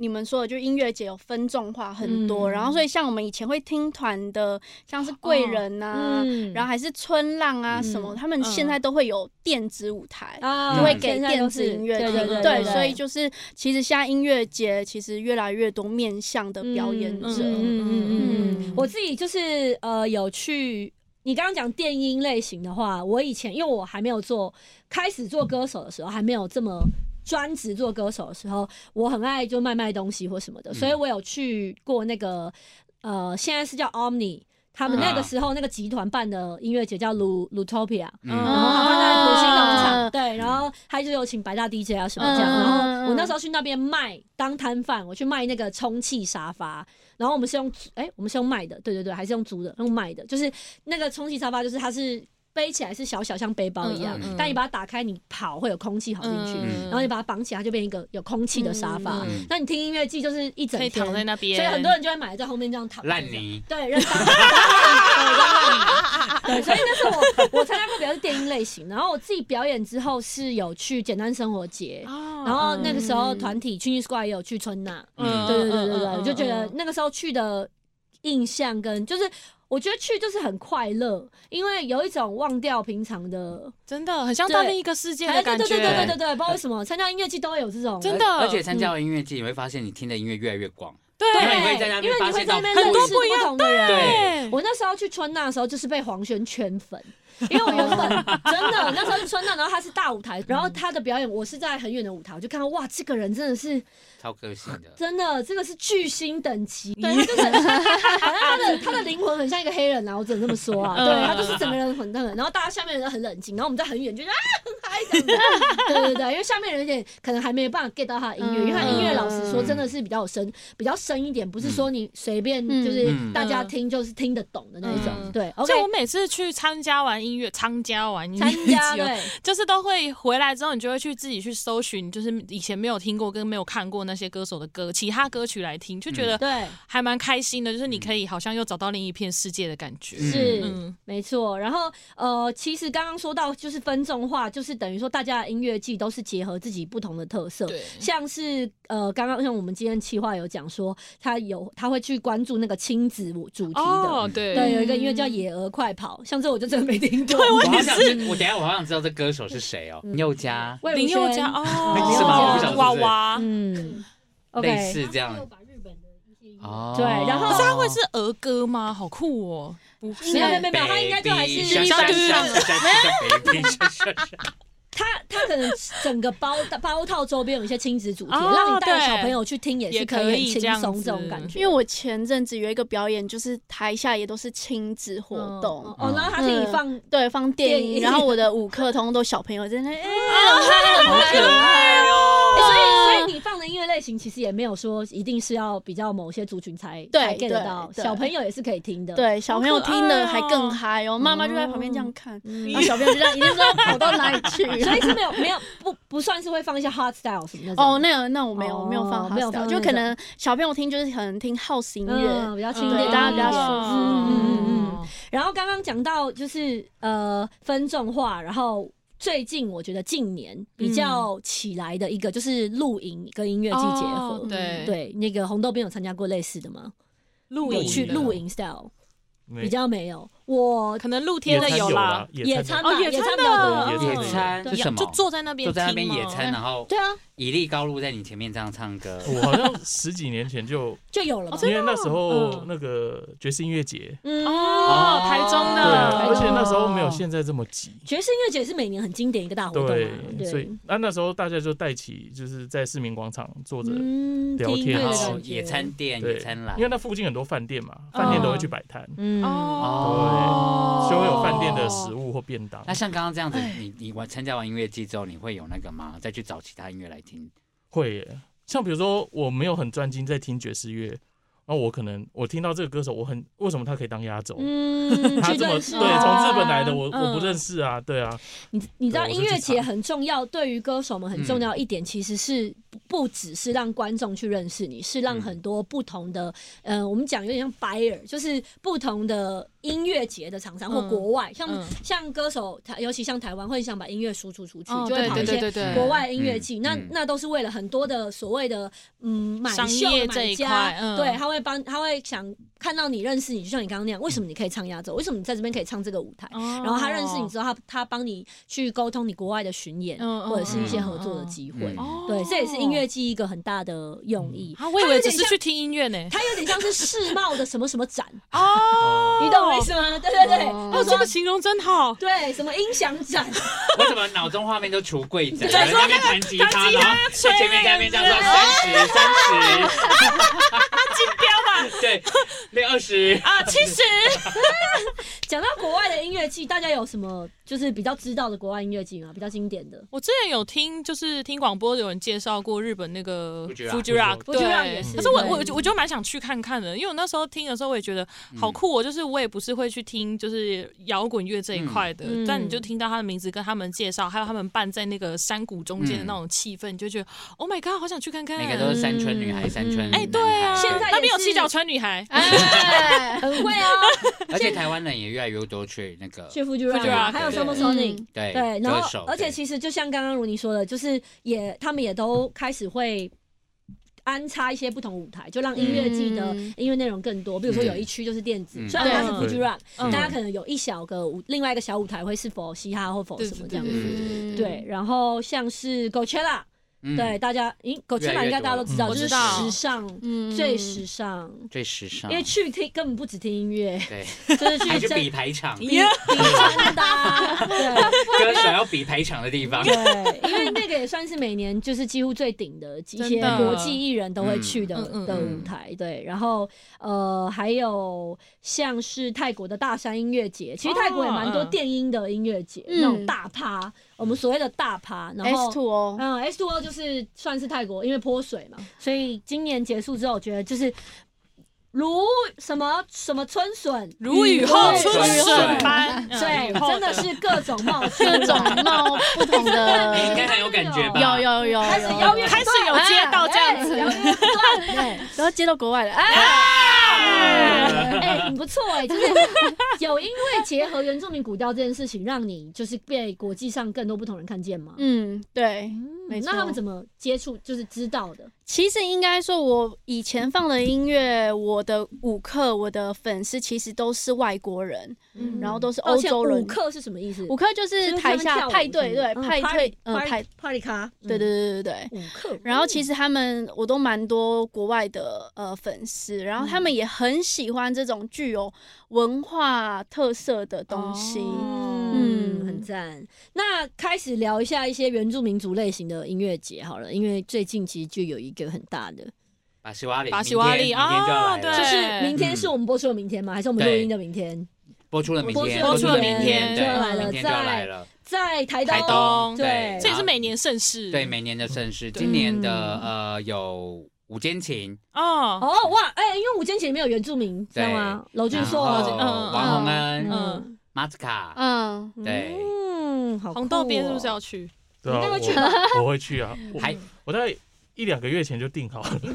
S5: 你们说的，就音乐节有分众化很多。
S1: 嗯哦
S5: 然后，所以像我们以前会听团的，像是贵人呐、啊
S1: 嗯
S5: 然后还是春浪啊
S1: 嗯
S5: 什么，他们
S3: 嗯
S5: 现在都会有电子舞台。
S1: 啊
S5: 就会
S2: 嗯
S5: 给电子音乐
S1: 对
S5: 听，
S1: 对对
S5: 对，所以就是其实现在音乐节其实越来越多面向的表演
S1: 嗯
S5: 者，
S1: 嗯嗯嗯
S5: 嗯
S1: 我自己就是呃有去。你刚刚讲电音类型的话，我以前因为我还没有做开始做歌手的时候，还没有这么专职做歌手的时候，我很爱就卖卖东西或什么的，
S2: 嗯
S1: 所以我有去过那个呃，现在是叫 Omni，他们那个
S2: 啊
S1: 时候那个集团办的音乐节叫 Lu Lutopia，
S2: 嗯
S1: 然后他在普星农场，
S5: 啊
S1: 对，然后他就有请白大 DJ 啊什么这样，
S5: 嗯
S1: 然后我那时候去那边卖当摊贩，我去卖那个充气沙发，然后我们是用哎、我们是用卖的，对对对，还是用租的，用卖的，就是那个充气沙发，就是它是背起来是小小像背包一样，
S2: 嗯嗯嗯
S1: 但你把它打开，你跑会有空气跑进去，
S2: 嗯
S1: 然后你把它绑起来，它就变一个有空气的沙发。
S2: 嗯
S1: 那你听音乐季就是一整
S3: 嗯可以
S1: 天，
S3: 躺在那边，
S1: 所以很多人就会买在后面这样躺着
S2: 烂泥
S1: 对，认当当烂泥对，所以那是我我参加过比较是电音类型，然后我自己表演之后是有去简单生活节，
S3: 哦，
S1: 然后那个时候团体去 u n i Square 也有去春娜，
S2: 嗯
S1: 对啊对对对对，我就觉得
S3: 嗯
S1: 那个时候去的印象跟就是。我觉得去就是很快乐，因为有一种忘掉平常的
S3: 真的很像到
S1: 对
S3: 另一个世界
S1: 哎
S3: 的感觉，
S1: 对对对对对对对，不知道为什么参加音乐季都会有这种
S3: 真的
S2: 而且参加了音乐季，你会发现你听的音乐越来越广，
S1: 对，因
S2: 因为你
S1: 为
S2: 会
S1: 你
S2: 在那边
S1: 会
S2: 发
S1: 在
S2: 现
S1: 那
S2: 到
S1: 边
S2: 很
S1: 认
S2: 多
S1: 识
S3: 不一样
S1: 同的人，
S3: 对
S1: 我那时候去春娜的时候，就是被黄轩圈粉，因为我原本真的那时候去春娜，然后他是大舞台，然后他的表演我是在很远的舞台，我就看到哇，这个人真的是
S2: 超个性的。
S1: 真的，这个是巨星等级，对，他就是， 反正他的他的灵魂很像一个黑人啊，我只能这么说啊，
S3: 嗯
S1: 对他就是整个人很那个，然后大家下面人很冷静，然后我们在很远就觉得啊 很嗨这样子，对对对，因为下面人有点可能还没有办法 get 到他的音
S3: 嗯
S1: 乐，因为他的音乐老实说真的是比较有深，比较深一点，不是说
S3: 嗯
S1: 你随便就是
S2: 嗯
S1: 大家听就是听得懂的那一种，
S3: 嗯
S1: 对
S3: 而
S1: ，OK，
S3: 且我每次去参加完音乐，参加完音乐
S1: 参加
S3: 节目
S1: 对，
S3: 就是都会回来之后，你就会去自己去搜寻，就是以前没有听过跟没有看过那些歌手的歌，其他歌曲来听，就觉得
S1: 嗯对，嗯
S3: 还蛮开心的，就是你可以好像又找到另一片世界的感觉。
S2: 嗯
S1: 是。
S3: 嗯，
S1: 没错，然后呃，其实刚刚说到就是分众化，就是等于说大家的音乐季都是结合自己不同的特色，
S3: 对，
S1: 像是呃，刚刚像我们今天企划有讲说，他有他会去关注那个亲子舞主题的，
S3: 哦，对，
S1: 对，有一个音乐叫《野鹅快跑》，像这我就真的没听过，
S2: 我 好想知，我等一下我好想知道这歌手是谁哦，佑嘉，
S1: 魏如
S3: 林宥
S1: 萱
S3: 嘉，啊
S1: 是吗我不晓
S3: 哦
S1: 得是不，是
S3: 娃娃，
S1: 嗯
S2: 类
S1: ，OK，
S2: 似这样哦。
S1: 对然后
S3: 可是他会是儿歌吗？好酷哦！嗯不是
S1: 没有没有没有没有，他应该就还是
S3: 小小
S1: 他他可能整个包包套周边有一些亲子主题，
S3: 哦
S1: 让你带着
S3: 对
S1: 小朋友去听也是
S3: 也
S1: 以
S3: 可
S1: 很
S3: 以
S1: 轻
S3: 这样
S1: 松这种
S3: 子
S1: 感觉，
S5: 因为我前阵子有一个表演，就是台下也都是亲子活动，
S1: 哦，哦然后他可以
S5: 嗯
S1: 放
S5: 对，放电
S1: 电影哦
S5: 影，然后 我的舞课通通都小朋友在那，哎、
S3: 哦
S2: 好可爱
S1: 欸
S2: 哦。
S1: 所以，所以你放的音乐类型其实也没有说一定是要比较某些族群才
S5: 对
S1: 才 get 得
S5: 对
S1: 到，
S5: 对
S1: 小朋友也是可以听的。，
S5: 对，小朋友听的还更
S3: 好可爱哦
S5: 嗨哦，妈妈就在旁边这样看，
S1: 嗯
S5: 然后小朋友就这样一定说跑到哪里去，
S1: 所以是没有没有不不算是会放一些 hard style 什么那种。
S5: 哦，那个那我没有、
S1: 哦
S5: 没有放
S1: 没
S5: h
S1: 有
S5: o
S1: 放
S5: 就
S1: 那
S5: 可能小朋友听就是可能听 house 音乐，
S1: 嗯，比较轻
S3: 嗯
S1: 一点，
S5: 对大家比较
S1: 嗯
S5: 熟
S1: 嗯嗯嗯嗯。然后刚刚讲到就是呃分众化，然后。最近我觉得近年比较起来的一个就是露营跟音乐季结合，
S3: 哦对
S1: 对，那个红豆边有参加过类似的吗？
S3: 露
S1: 有
S3: 营
S1: 去
S3: 的
S1: 露营 style 比较没有，我
S3: 可能露天的
S4: 餐有
S3: 啦，，
S1: 野
S4: 野餐
S1: 餐
S3: 哦
S1: 吧
S3: 野餐
S1: 餐比
S3: 的
S1: 较
S4: 野
S1: 多，
S4: 餐
S1: 嗯
S2: 野餐
S3: 对啊
S2: 是什么？
S3: 就坐在那边
S2: 坐在那边
S3: 听
S2: 野
S3: 嘛
S2: 餐，然后
S1: 对啊，
S2: 以利高露在你前面这样唱歌。
S4: 我好像十几年前就，
S1: 就有了嘛。
S4: 因为那时候
S3: 嗯
S4: 那个爵士音乐节，
S1: 嗯，
S3: 哦，台中
S4: 对，
S3: 的，
S1: 哦
S4: 而且那时候没有现在这么挤。
S1: 爵士音乐节是每年很经典一个大活动
S4: 对
S1: 嘛，，
S4: 所
S1: 对
S4: 以，啊那那时候大家就带起，就是在市民广场坐着，
S1: 嗯
S4: 聊
S1: 听音
S4: 天
S1: 乐
S2: 然
S1: 的
S2: 后
S1: 感觉，
S2: 野餐店、
S4: 对
S2: 野餐栏
S4: 因，为那附近很多饭店嘛，饭店都会去摆摊，
S1: 嗯
S3: 哦
S2: 啊哦
S4: 就会有饭店的食物或便当
S2: 那，像刚刚这样子，你你完参加完音乐季之后，你会有那个吗？再去找其他音乐来听？
S4: 会耶。像比如说，我没有很专精在听爵士乐，然后我可能我听到这个歌手，我很为什么他可以当压轴？
S1: 嗯，
S4: 他
S1: 去
S4: 这么
S1: 认
S4: 对，
S1: 识
S4: 从
S1: 啊
S4: 日本来的，我
S3: 嗯
S4: 我不认识啊，对啊，
S1: 你你知道
S4: 对
S1: 音
S4: 我是
S1: 乐
S4: 去
S1: 节
S4: 查
S1: 很重要，对于歌手们很重要一点，其实是不不只是让观众去认识你，是让
S2: 嗯
S1: 很多不同的，呃，我们讲有点像 buyer，就是不同的音乐节的厂商或
S3: 嗯
S1: 国外，像
S3: 嗯
S1: 像歌手，台尤其像台湾会想把音乐输出出去，
S3: 哦
S1: 就会
S3: 对
S1: 跑
S3: 对
S1: 一
S3: 对
S1: 些。
S3: 对对，
S1: 国外音乐季，
S2: 嗯
S1: 那
S2: 嗯
S1: 那都是为了很多的所谓的嗯买
S3: 商
S1: 秀的
S3: 业这
S1: 买
S3: 一
S1: 家
S3: 块，嗯
S1: 对，他会帮他会想看到你认识你，就像你刚刚那样，为什么你可以唱压轴？为什么你在这边可以唱这个舞台？
S3: 然
S1: 然后他认识你之后，他他帮你去沟通你国外的巡演，
S3: 嗯嗯
S1: 或者是一些合作的机会。
S2: 嗯
S3: 哦
S1: 对，这也是音乐季一个很大的用意。嗯
S3: 啊，我以为只是去听音乐呢。
S1: 它有点像是世贸的什么什么展，
S3: 哦
S1: 你懂我意思吗？对对对，
S3: 哦，这个形容真好。
S1: 对什么音响展，
S2: 我怎么脑中画面都橱柜展，
S3: 对
S2: 在那边弹吉他，
S3: 弹吉
S2: 然
S3: 他
S2: 后在前面在那边这样说三十三十，他竞标吧？ 对，六二十。
S3: 啊，其实
S1: 讲到国外的音乐季，大家有什么就是比较知道的国外音乐季吗？比较经典的，
S3: 我之前有听，就是听广播有人介绍过日本那个
S2: Fuji
S3: Fuji Rock，
S1: Fuji Rock 也
S3: 对
S1: 是。
S3: 可是我
S1: 对
S3: 我就我就蛮想去看看的，因为我那时候听的时候，我也觉得
S2: 嗯
S3: 好酷哦。就是我也不是会去听就是摇滚乐这一块的
S1: 嗯，
S3: 但你就听到他的名字跟他们介绍，还有他们办在那个山谷中间的那种气氛，你就觉得 Oh my God，好想去看
S2: 嗯
S3: 看。
S2: 每个都是山村女孩，山村
S3: 哎，
S2: 男
S3: 对啊，
S2: 孩
S1: 现在也是啊
S3: 那边有七角川女 孩，
S5: 哎，
S1: 很会啊，
S2: 而且台湾人也越来越多去那个，
S1: 去 Fuji
S3: Fuji
S1: Rock，
S3: Rock，
S1: 还有
S2: 啊对嗯
S1: Summer Sonic，
S2: 对
S1: 对，然
S2: 歌
S1: 后
S2: 手，
S1: 而且
S2: 对
S1: 其实就像刚刚如你说的，就是也他们也都开始会嗯安插一些不同舞台，就让音乐季的
S5: 嗯
S1: 音乐内容更多。比如说有一区就是电子，
S2: 嗯
S1: 虽然它是
S3: 嗯
S1: Fuji
S4: 对
S1: Rock，
S3: 嗯
S1: 大家可能有一小个舞，另外一个小舞台会是否嘻哈或否什么这样
S2: 对对
S1: 子。
S2: 对
S5: 嗯
S1: 对，，然后像是 Coachella，
S2: 嗯
S1: 对大家，咦
S2: 越来
S1: ，Coachella
S2: 越
S1: 应该大家都知道，
S4: 多
S1: 就是
S3: 了嗯我知
S1: 时
S3: 道
S1: 尚
S5: 嗯
S1: 最时尚，
S2: 最时
S3: 啊
S2: 尚，
S1: 因为去听根本不只听音乐，
S2: 对，
S1: 就是
S2: 还
S1: 去
S2: 是
S1: 真
S2: 比排场，
S1: 比比穿 搭，对。
S3: 啊
S2: 歌手要比排场的 地方，
S1: 对，因为那个也算是每年就是几乎最顶的一些
S3: 真的
S1: 国际艺人都会去的
S3: 嗯嗯
S1: 的舞台。对，然后呃，还有像是泰国的大山音乐节，其实泰国也蛮多
S3: 哦嗯
S1: 电音的音乐节，
S5: 嗯
S1: 那种大趴，我们所谓的大趴，然后
S5: S。two 哦，
S1: 嗯，S two O 就是算是泰国，因为泼水嘛，所以今年结束之后，我觉得就是如什么什么春笋，
S3: 如雨后春
S2: 嗯
S3: 嗯
S2: 对
S3: 笋般，
S1: 对，真的是各种冒出来
S5: 各种冒不同
S2: 你应
S5: 的，
S2: 该很有感觉吧？
S5: 有有有，
S1: 开始
S5: 有啊
S1: 邀约，
S3: 开始有接到这样子
S1: 哎邀约不断对。
S5: 然后接到国外了，哎，
S1: 啊哎，很不错哎，就是有因为结合原住民古调这件事情，让你就是被国际上更多不同人看见吗？
S5: 嗯，对，没错
S1: 那他们怎么接触，就是知道的？
S5: 其实应该说，我以前放的音乐，我的舞客，我的粉丝其实都是外国人，
S1: 嗯
S5: 然后都是欧
S1: 而且
S5: 洲人
S1: 舞。客是什么意思？
S5: 舞客就是台下派对，对派对，嗯，派，
S1: 嗯 party 咖，
S5: 对对
S1: 嗯，
S5: 对对对。
S1: 舞客。
S5: 然后其
S1: 实
S5: 实他们我都蛮多国外的呃粉丝，然后他们也很喜欢这种具有文化特色的东西。
S1: 嗯，
S5: 嗯
S1: 很赞。那开始聊一下一些原住民族类型的音乐节好了，因为最近其实就有一个很大的，
S2: 巴西瓦里，
S3: 巴西瓦里
S2: 明天明天就要来了
S3: 哦对
S1: 就是明天
S2: 嗯
S1: 是我们播出的明天吗？还是我们录
S2: 对
S1: 音的明天？
S2: 播出了明天，
S1: 播
S3: 出了明
S2: 对
S3: 天就要来了
S2: 明天就要来了。
S1: 在台东，
S3: 台东
S1: 对
S2: 对，
S3: 这也是嗯每年盛事。
S2: 对每年的盛事，今年的呃有五间琴，
S3: 哦，
S1: 哦哇，哎、因为午间前面有原住民，知道吗？娄俊
S2: 然
S1: 硕，
S2: 后
S3: 嗯嗯
S2: 王洪恩、
S1: 嗯
S2: 马斯卡，
S5: 嗯，
S2: 对
S1: 嗯，好酷哦、
S3: 红豆边是不是要去？
S4: 对
S1: 应
S4: 啊，
S1: 该会去
S4: 我我会去 啊，我
S2: 还
S4: 我大概一两个月前就订好了，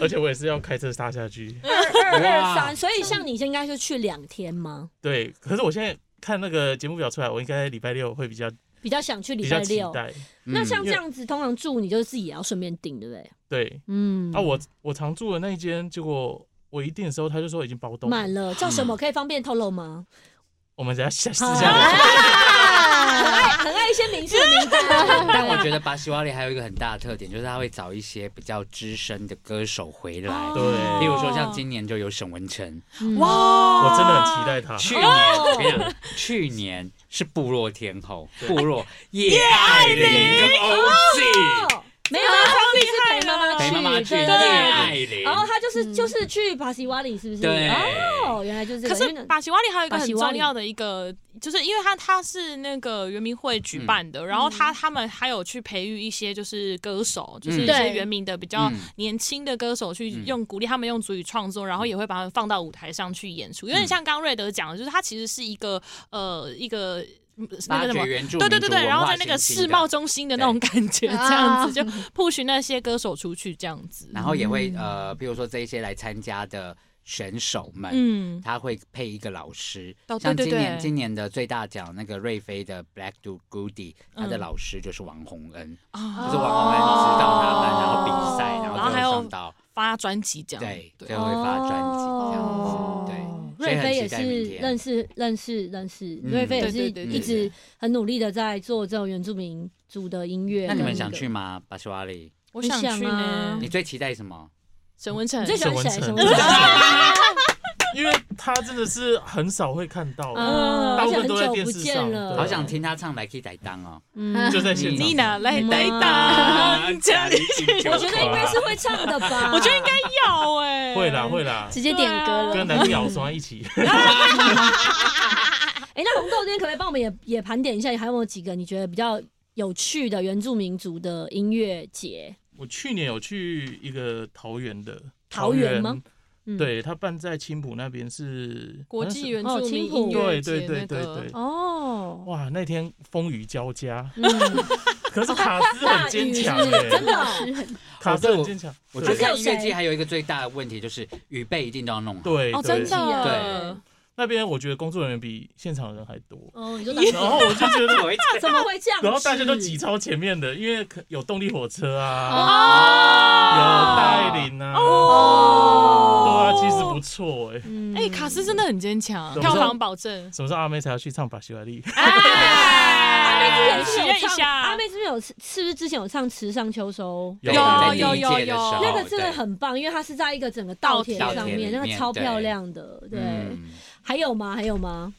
S4: 而且我也是要开车杀下去。
S1: 二二
S2: 哇
S1: 三？所以像你现在应该是去两天吗？
S4: 对，可是我现在看那个节目表出来，我应该礼拜六会比较
S1: 比较想去
S4: 比
S1: 礼拜
S4: 较期
S1: 六。
S4: 待。
S1: 那像
S2: 嗯
S1: 这样子，通常住你就是自己也要顺便订，对不对？
S4: 对
S2: 啊
S1: 嗯
S4: 啊，我我常住的那一间，结果我我一订的时候，他就说已经包栋
S1: 满了，叫什么可以方便透露吗？
S4: 我们等一下下私
S1: 啊
S4: 下聊。
S1: 很爱很爱一些明星的名单，
S2: 但我觉得巴西瓦利还有一个很大的特点，就是他会找一些比较资深的歌手回来，
S3: 哦
S4: 对
S2: 例如说像今年就有沈文成，
S1: 嗯
S3: 哇，
S4: 我
S3: 我
S4: 真的很期待
S3: 哦
S2: 去年
S4: 他。
S2: 我跟你讲，去年是部落天后，部落叶爱玲跟欧弟，
S3: 哦
S1: 没
S3: 啊
S1: 有，他上次是陪妈妈
S2: 陪妈妈去
S1: 去，
S2: 叶爱玲，
S1: 然后
S3: 哦
S1: 他就是
S5: 嗯
S1: 就是去巴西瓦里，是不是？
S2: 对
S1: 哦，原来就是这个。
S3: 可
S1: 因为
S3: 是
S1: 呢
S3: 巴西瓦里还有一个
S1: 巴
S3: 很
S1: 西瓦
S3: 重
S1: 里
S3: 要的一个，就是因为他他是那个圆明会举
S2: 嗯
S3: 办的，然后
S1: 嗯
S3: 他他们还有去培育一些就是歌手，就是一些
S5: 对
S3: 原民的比较
S2: 嗯
S3: 年轻的歌手去用鼓励他们用主语创
S2: 嗯
S3: 作，然后也会把他们放到舞台上去演出，有点像刚刚瑞德讲的，就是他其实是一个呃一个嗯那
S2: 发
S3: 个什
S2: 掘
S3: 么。
S2: 原住民
S3: 对对对对，
S2: 族文
S3: 然后
S2: 化
S3: 在那个
S2: 新兴
S3: 世
S2: 的
S3: 贸中心的那种感觉，
S5: 对
S1: 啊
S3: 这样子
S5: 啊
S3: 就 push 那些歌手出去这样子。
S2: 然后也会呃，比如说这一些来参加的选手们，
S3: 嗯，
S2: 他会配一个老师，
S3: 哦对
S2: 像
S3: 对
S2: 今年
S3: 对
S2: 今年的最大奖那个瑞菲的 Black Do Goody，他的
S3: 嗯
S2: 老师就是王洪恩，
S3: 啊
S2: 就是王洪恩指导他们，
S1: 哦
S2: 然后比赛，然
S1: 然
S2: 后
S3: 后还
S2: 最
S3: 有
S2: 上到
S3: 发专辑这样。
S2: 对，
S3: 对
S2: 最后会发专辑这样子。
S1: 哦
S2: 对所以
S1: 瑞
S2: 很
S1: 菲
S2: 期
S1: 也
S2: 待明
S1: 是
S2: 天
S1: 认识认识认识，
S2: 嗯
S1: 瑞菲也是
S3: 对对对对
S1: 一直很努力的在做这种原住民族的音乐。
S2: 那你们想去？吗？巴西瓦里，
S3: 我
S1: 很
S3: 想
S1: 想
S3: 去
S1: 啊
S3: 呢
S2: 你。最期待什么？
S3: 沈文成
S1: 你，最喜欢谁？
S4: 沈
S1: 什
S4: 文
S1: 么
S4: 成？因为他真的是很少会看到的，
S1: 嗯，
S4: 哦大
S1: 而
S4: 部
S1: 且
S4: 分
S1: 很
S4: 都在
S1: 久
S4: 电
S1: 不
S4: 视上
S1: 见了，
S4: 对
S2: 好想听他唱《来 K 仔当》哦。
S1: 嗯
S4: 就在现场。
S3: 丽娜来
S1: 嗯
S3: 带 当家里，
S1: 我觉得应该是会唱的吧？
S3: 我觉得应该要哎，
S4: 会啦会啦，
S5: 直接点歌了。
S4: 啊跟男屌双一起。
S1: 哎、那红豆今天可不可以帮我们也也盘点一下，还有没有几个你觉得比较有趣的原住民族的音乐节？
S4: 我去年有去一个桃园的
S1: 桃园吗？嗯，，
S4: 对他办在青浦那边是
S3: 国
S4: 好像
S3: 际
S4: 是
S3: 原住民
S1: 哦青浦
S3: 音乐节
S4: 对对
S3: 那
S4: 对
S3: 个
S4: 对对
S1: 哦，
S4: 哇，那天风雨交加，
S1: 嗯，
S4: 可是卡斯很坚 强
S1: 大雨是不是
S4: 耶
S1: 真，的哦
S5: 老师很
S4: 卡斯很坚强。
S2: 我觉得看
S1: 是
S2: 音
S1: 谁
S2: 乐季还有一个最大的问题就是语备一定都要弄好。
S4: 对，
S3: 哦，真
S4: 对
S3: 的
S2: 对，
S4: 那边我觉得工作人员比现场人还多，
S1: 哦，你说哪
S4: 然后我就觉 得，
S2: 我一
S1: 怎么会这样？
S4: 然后大家都挤，超前面的，因为可有动力火车啊，有
S3: 哦，
S4: 带领啊，对
S3: 哦
S4: 啊，其实不错哎。
S1: 嗯
S3: 哎，卡斯真的很坚强，啊
S4: 对
S3: 票房保证。
S4: 什么时候阿妹才要去唱《把希瓦利》？
S1: 阿妹之前
S3: 哎
S1: 是
S3: 许
S1: 有
S3: 愿一
S1: 唱，
S3: 下，
S1: 阿妹是不是有是是不是之前有唱《池上秋收》？
S2: 有
S3: 有
S2: 有有有，
S4: 哦
S1: 那个真的很棒，因为它是在一个整个稻田
S2: 稻田
S1: 上
S2: 里
S1: 面，
S2: 面
S1: 那个超漂亮的。对，
S2: 嗯
S1: 还有吗？还有吗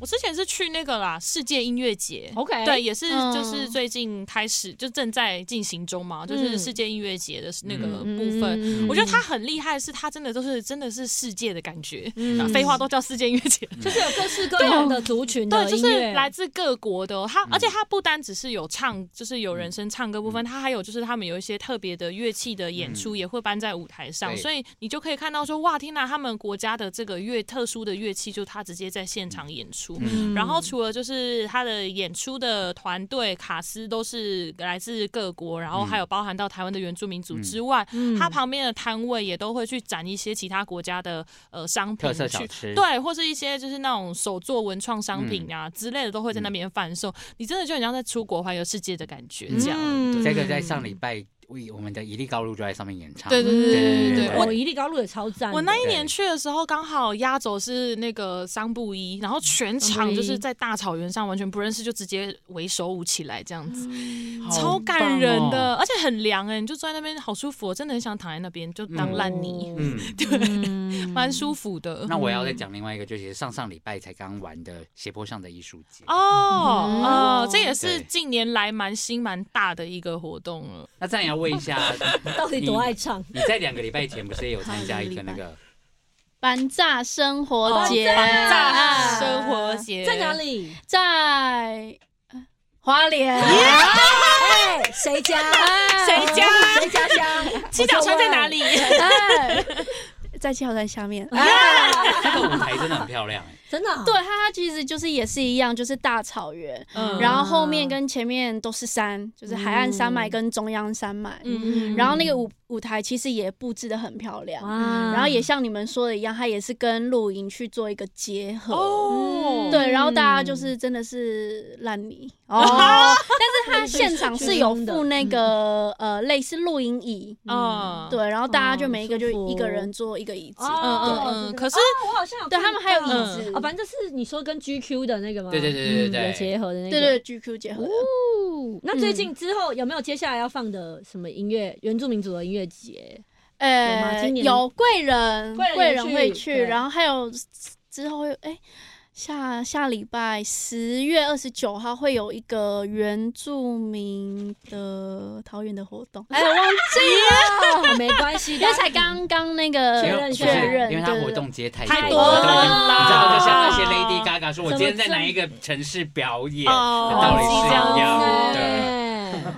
S3: 我之前是去那个啦世界音乐节。
S1: ？OK，
S3: 对，，也是就是
S5: 嗯
S3: 最近开始就正在进行中嘛，就是世界音乐节的那个
S1: 嗯
S3: 部分。
S1: 嗯
S3: 我觉得它很厉害，是它真的都是真的是世界的感觉，
S1: 嗯
S3: 废话都叫世界音乐节。
S1: 就是有各式各样的族群的
S3: 对，就
S1: 音
S3: 是
S1: 乐
S3: 来自各国的、哦，
S2: 嗯
S3: 它而且它不单只是有唱，就是有人声唱歌部分，它还有就是他们有一些特别的乐器的演出
S2: 嗯
S3: 也会搬在舞台上，
S2: 对
S3: 所以你就可以看到说，哇，天哪，他们国家的这个乐特殊的乐器，就它直接在现场演出。
S2: 嗯
S3: 然后除了就是他的演出的团队卡斯都是来自各国，然后还
S2: 嗯
S3: 有包含到台湾的原住民族之外，
S1: 嗯
S3: 它旁边的摊位也都会去展一些其他国家的呃商品
S2: 特色小
S3: 去
S2: 吃，
S3: 对，或是一些就是那种手作文创商品
S2: 嗯
S3: 啊、之类的，都会在那边贩售。你真的就很像在出国环游世界的感觉，这样。
S1: 嗯
S2: 这个在上礼拜为我们的一粒高露就在上面演唱，
S3: 对对对对对
S2: 对
S3: 对
S2: 对
S1: 我一哦粒高路也超赞的。
S3: 我那一年
S2: 嗯对
S3: 去的时候，刚好压轴是那个桑布伊，然后全
S1: 桑布
S3: 场
S1: 伊
S3: 就是在大草原上完全不认识，就直接为手舞起来这样子，
S2: 好
S3: 超
S2: 棒
S3: 感
S2: 哦
S3: 人的，而且很凉哎、你就坐在那边好舒服、哦，真的很想躺在那边就当烂泥，
S2: 嗯，
S1: 对
S3: 蛮、舒服的。
S2: 那我要再讲另外一个，就是上上礼拜才刚完的斜坡上的艺术节。
S3: 哦，
S1: 嗯
S3: 呃，这也是
S2: 对
S3: 近年来蛮新蛮大的一个活动了。
S2: 那这样也要问一下，
S1: 到底多爱唱？
S3: 嗯
S2: 你在两个礼拜前不是也有参加一个那 个？
S5: 班炸生活节，
S1: 哦班
S3: 炸
S1: 炸
S3: 生活节
S1: 在哪？里？
S5: 在呃花莲，
S2: 啊
S5: 哎
S1: 哎，谁家？
S3: 谁家？
S1: 谁家乡？
S3: 七角川在哪 里？
S5: 哎在七号山下面，
S1: 哎？
S2: 那个舞台真的很漂亮，哎
S1: 真的、哦，
S5: 对，它它其实就是也是一样，就是大草原，
S3: 嗯
S5: 然后后面跟前面都是山，就是海岸山脉跟中央山脉。
S3: 嗯
S5: 然后那个舞舞台其实也布置的很漂亮，
S1: 哇
S5: 然后也像你们说的一样，它也是跟露营去做一个结合。
S3: 哦，
S5: 对，然后大家
S1: 嗯
S5: 就是真的是烂泥哦，但是它现场是有
S1: 是凶
S5: 附
S1: 的
S5: 那个呃类似露营椅，
S3: 嗯，
S5: 对，然后大家就
S1: 哦
S5: 每一个
S1: 舒
S5: 就一个
S1: 服
S5: 人坐一个椅
S1: 哦
S5: 子，
S3: 嗯嗯
S1: 对
S3: 嗯可是
S1: 哦我好像有
S5: 对他
S1: 看
S5: 们还有椅
S1: 到
S5: 子
S3: 嗯
S1: 哦，反正是你说跟 GQ 的那个吗？嗯
S2: 对对对对对
S1: 有结合的那个。
S5: 对对，GQ 结合的。
S1: 哦那最
S3: 嗯
S1: 近之后有没有接下来要放的什么音乐？原住民族的音乐节？有吗
S5: 呃
S1: 今，年
S5: 有贵人，
S1: 贵人
S5: 贵
S1: 也
S5: 人
S1: 去
S5: 会去，
S1: 对
S5: 然后还有之后会有哎。下下礼拜十月二十九号会有一个原住民的桃园的活
S1: 啊
S5: 动，哎，我忘记了，
S1: 没关系，
S5: 因为才刚刚那 个
S1: 确
S2: 因
S1: 认
S2: 为
S1: 确
S2: 不是
S1: 认
S2: 因为他
S5: 对对
S2: 活
S5: 对
S2: 动接太
S3: 太
S2: 多
S3: 多
S2: 了，都已经
S3: 了
S2: 你知道，就像那些
S3: 啦
S2: Lady Gaga 说，我今天在哪一个城市表演，
S3: 哦
S2: 的道理是一样
S3: 哦
S2: 的。
S1: 哎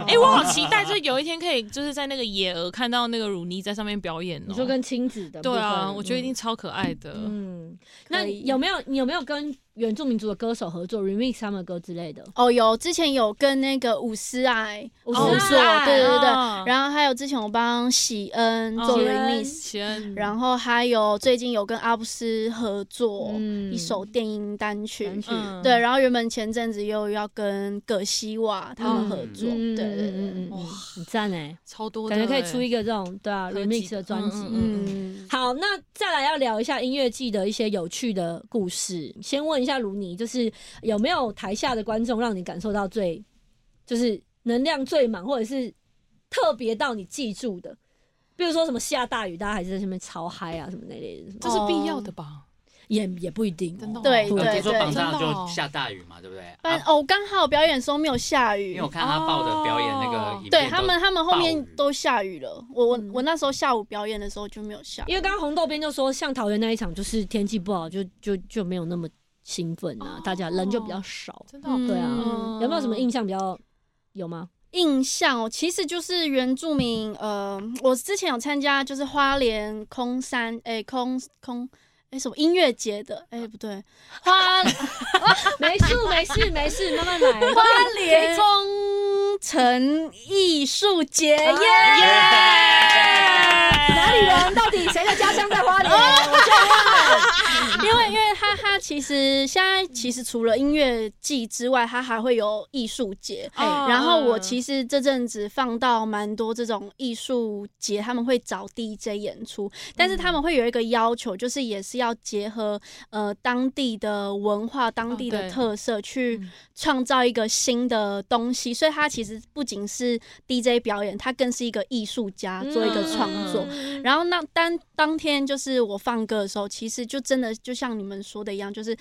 S3: 哎、我好期待，就是有一天可以就是在那个野鹅看到那个乳妮在上面表演哦、
S1: 你说跟亲子的部
S3: 对
S1: 分？
S3: 啊，我觉得一定
S1: 嗯。
S3: 超可爱的。
S1: 嗯，那
S5: 可以
S1: 有没有你有没有跟原住民族的歌手合作 remix 他们的歌之类的？
S5: 哦，有之前有跟那个伍思爱
S1: 我
S5: 哦
S1: 是
S5: 是啊对对对
S3: 哦
S5: 然后还有之前我帮喜恩
S1: 啊
S5: 做
S3: 哦
S5: remix，、
S3: 喜恩，
S1: 嗯
S5: 然后还有最近有跟阿布斯合作
S1: 嗯
S5: 一首电音单曲，
S1: 单曲
S3: 嗯
S5: 对，然后原本前阵子又要跟葛西瓦他们合作，
S1: 嗯
S5: 对对
S1: 嗯嗯
S5: 对
S1: 嗯
S5: 对，
S1: 嗯
S3: 哇
S1: 很赞哎，
S3: 超多的
S1: 感
S3: 欸，
S1: 觉可以出一个这种对啊
S3: 合集
S1: remix 的专辑。
S3: 嗯
S5: 嗯，
S1: 好，那再来要聊一下音乐季的一些有趣的故事。先问一下卢尼，就是有没有台下的观众让你感受到最，就是能量最满，或者是特别到你记住的？比如说什么下大雨，大家还是在上面超嗨啊，什么那类的，什么
S3: 这是必要的吧？
S1: 也也不一定
S3: 真的
S1: 哦。
S5: 对
S2: 我
S5: 对
S2: 呃听说
S5: 对
S2: 榜上
S3: 真的哦
S2: 就下大雨嘛，对不对？
S5: 但、
S2: 啊
S5: 哦，刚好表演的时候没有下
S2: 因
S5: 雨
S2: 为我。看他报的表演那个影片都，
S5: 对他们，他们后面
S2: 暴雨
S5: 都下雨了。我我
S1: 嗯
S5: 我那时候下午表演的时候就没有下雨，
S1: 因为刚刚红豆边就说，像桃园那一场，就是天气不好，就就就没有那么兴奋啊，
S3: 哦
S1: 大家人就比较少。
S3: 真的哦
S5: 嗯
S1: 对啊
S5: 嗯
S1: 有没有什么印象比较有吗？
S5: 印象哦，其实就是原住民。呃，我之前有参加就是花莲空山，哎、空空，哎、什么音乐节的，哎、不对，花
S1: 没事没事没事，慢慢来。
S5: 花莲中城艺术节耶，
S1: 哪里人？到底谁的家乡在花莲？我就
S5: 哦 因为因为它它其实现在其实除了音乐季之外，它还会有艺术节。
S3: 哦
S5: 哎然后我
S3: 嗯
S5: 其实这阵子放到蛮多这种艺术节，他们会找 DJ 演出，但是他
S3: 嗯
S5: 们会有一个要求，就是也是要结合呃当地的文化、当地的
S3: 哦对
S5: 特色去
S3: 嗯
S5: 创造一个新的东西。所以它其实不仅是 DJ 表演，它更是一个艺术家做一个
S3: 嗯
S5: 创作。然后那当当天就是我放歌的时候，其实就真的就像你们说的一样，就是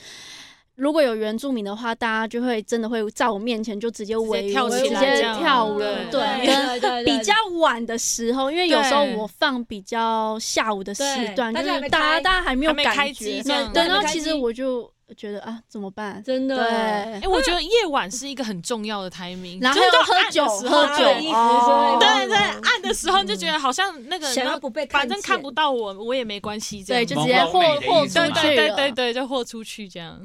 S5: 如果有原住民的话，大家就会真的会在我面前就直接围
S3: 直接跳
S5: 舞
S3: 起
S5: 直
S3: 来
S5: 接
S3: 这样
S5: 跳舞
S3: 对
S5: 对，跟
S1: 对对
S5: 比较晚的时候，因为有时候我放比较下午的时段，
S1: 对
S5: 就
S1: 大家还没
S5: 是大家
S1: 开
S5: 大家还没有
S3: 还没
S5: 感
S3: 开机
S5: 觉，
S3: 这样
S5: 对，
S1: 还没
S5: 然后
S1: 开
S5: 其实
S1: 机
S5: 我就觉得啊，怎么办？
S1: 真的。
S5: 对
S3: 哎，，我觉得夜晚是一个很重要的 timing，
S5: 然后
S3: 就是
S5: 还有
S3: 到
S5: 喝酒
S3: 暗的时候
S5: 喝
S1: 搭
S5: 酒
S1: 了衣服之类的
S5: 哦
S3: 对对，暗的时候你就
S5: 嗯
S3: 觉得好像那个，
S1: 想要
S3: 然后
S1: 不被
S3: 反正看
S1: 看
S3: 不到我，我也没关系，这样
S5: 对，就直接
S2: 朦
S5: 豁
S2: 胧美的
S5: 豁
S2: 意
S5: 出
S2: 思
S3: 对
S5: 去了
S2: 嘛。
S3: 对对对对，就豁出去这样，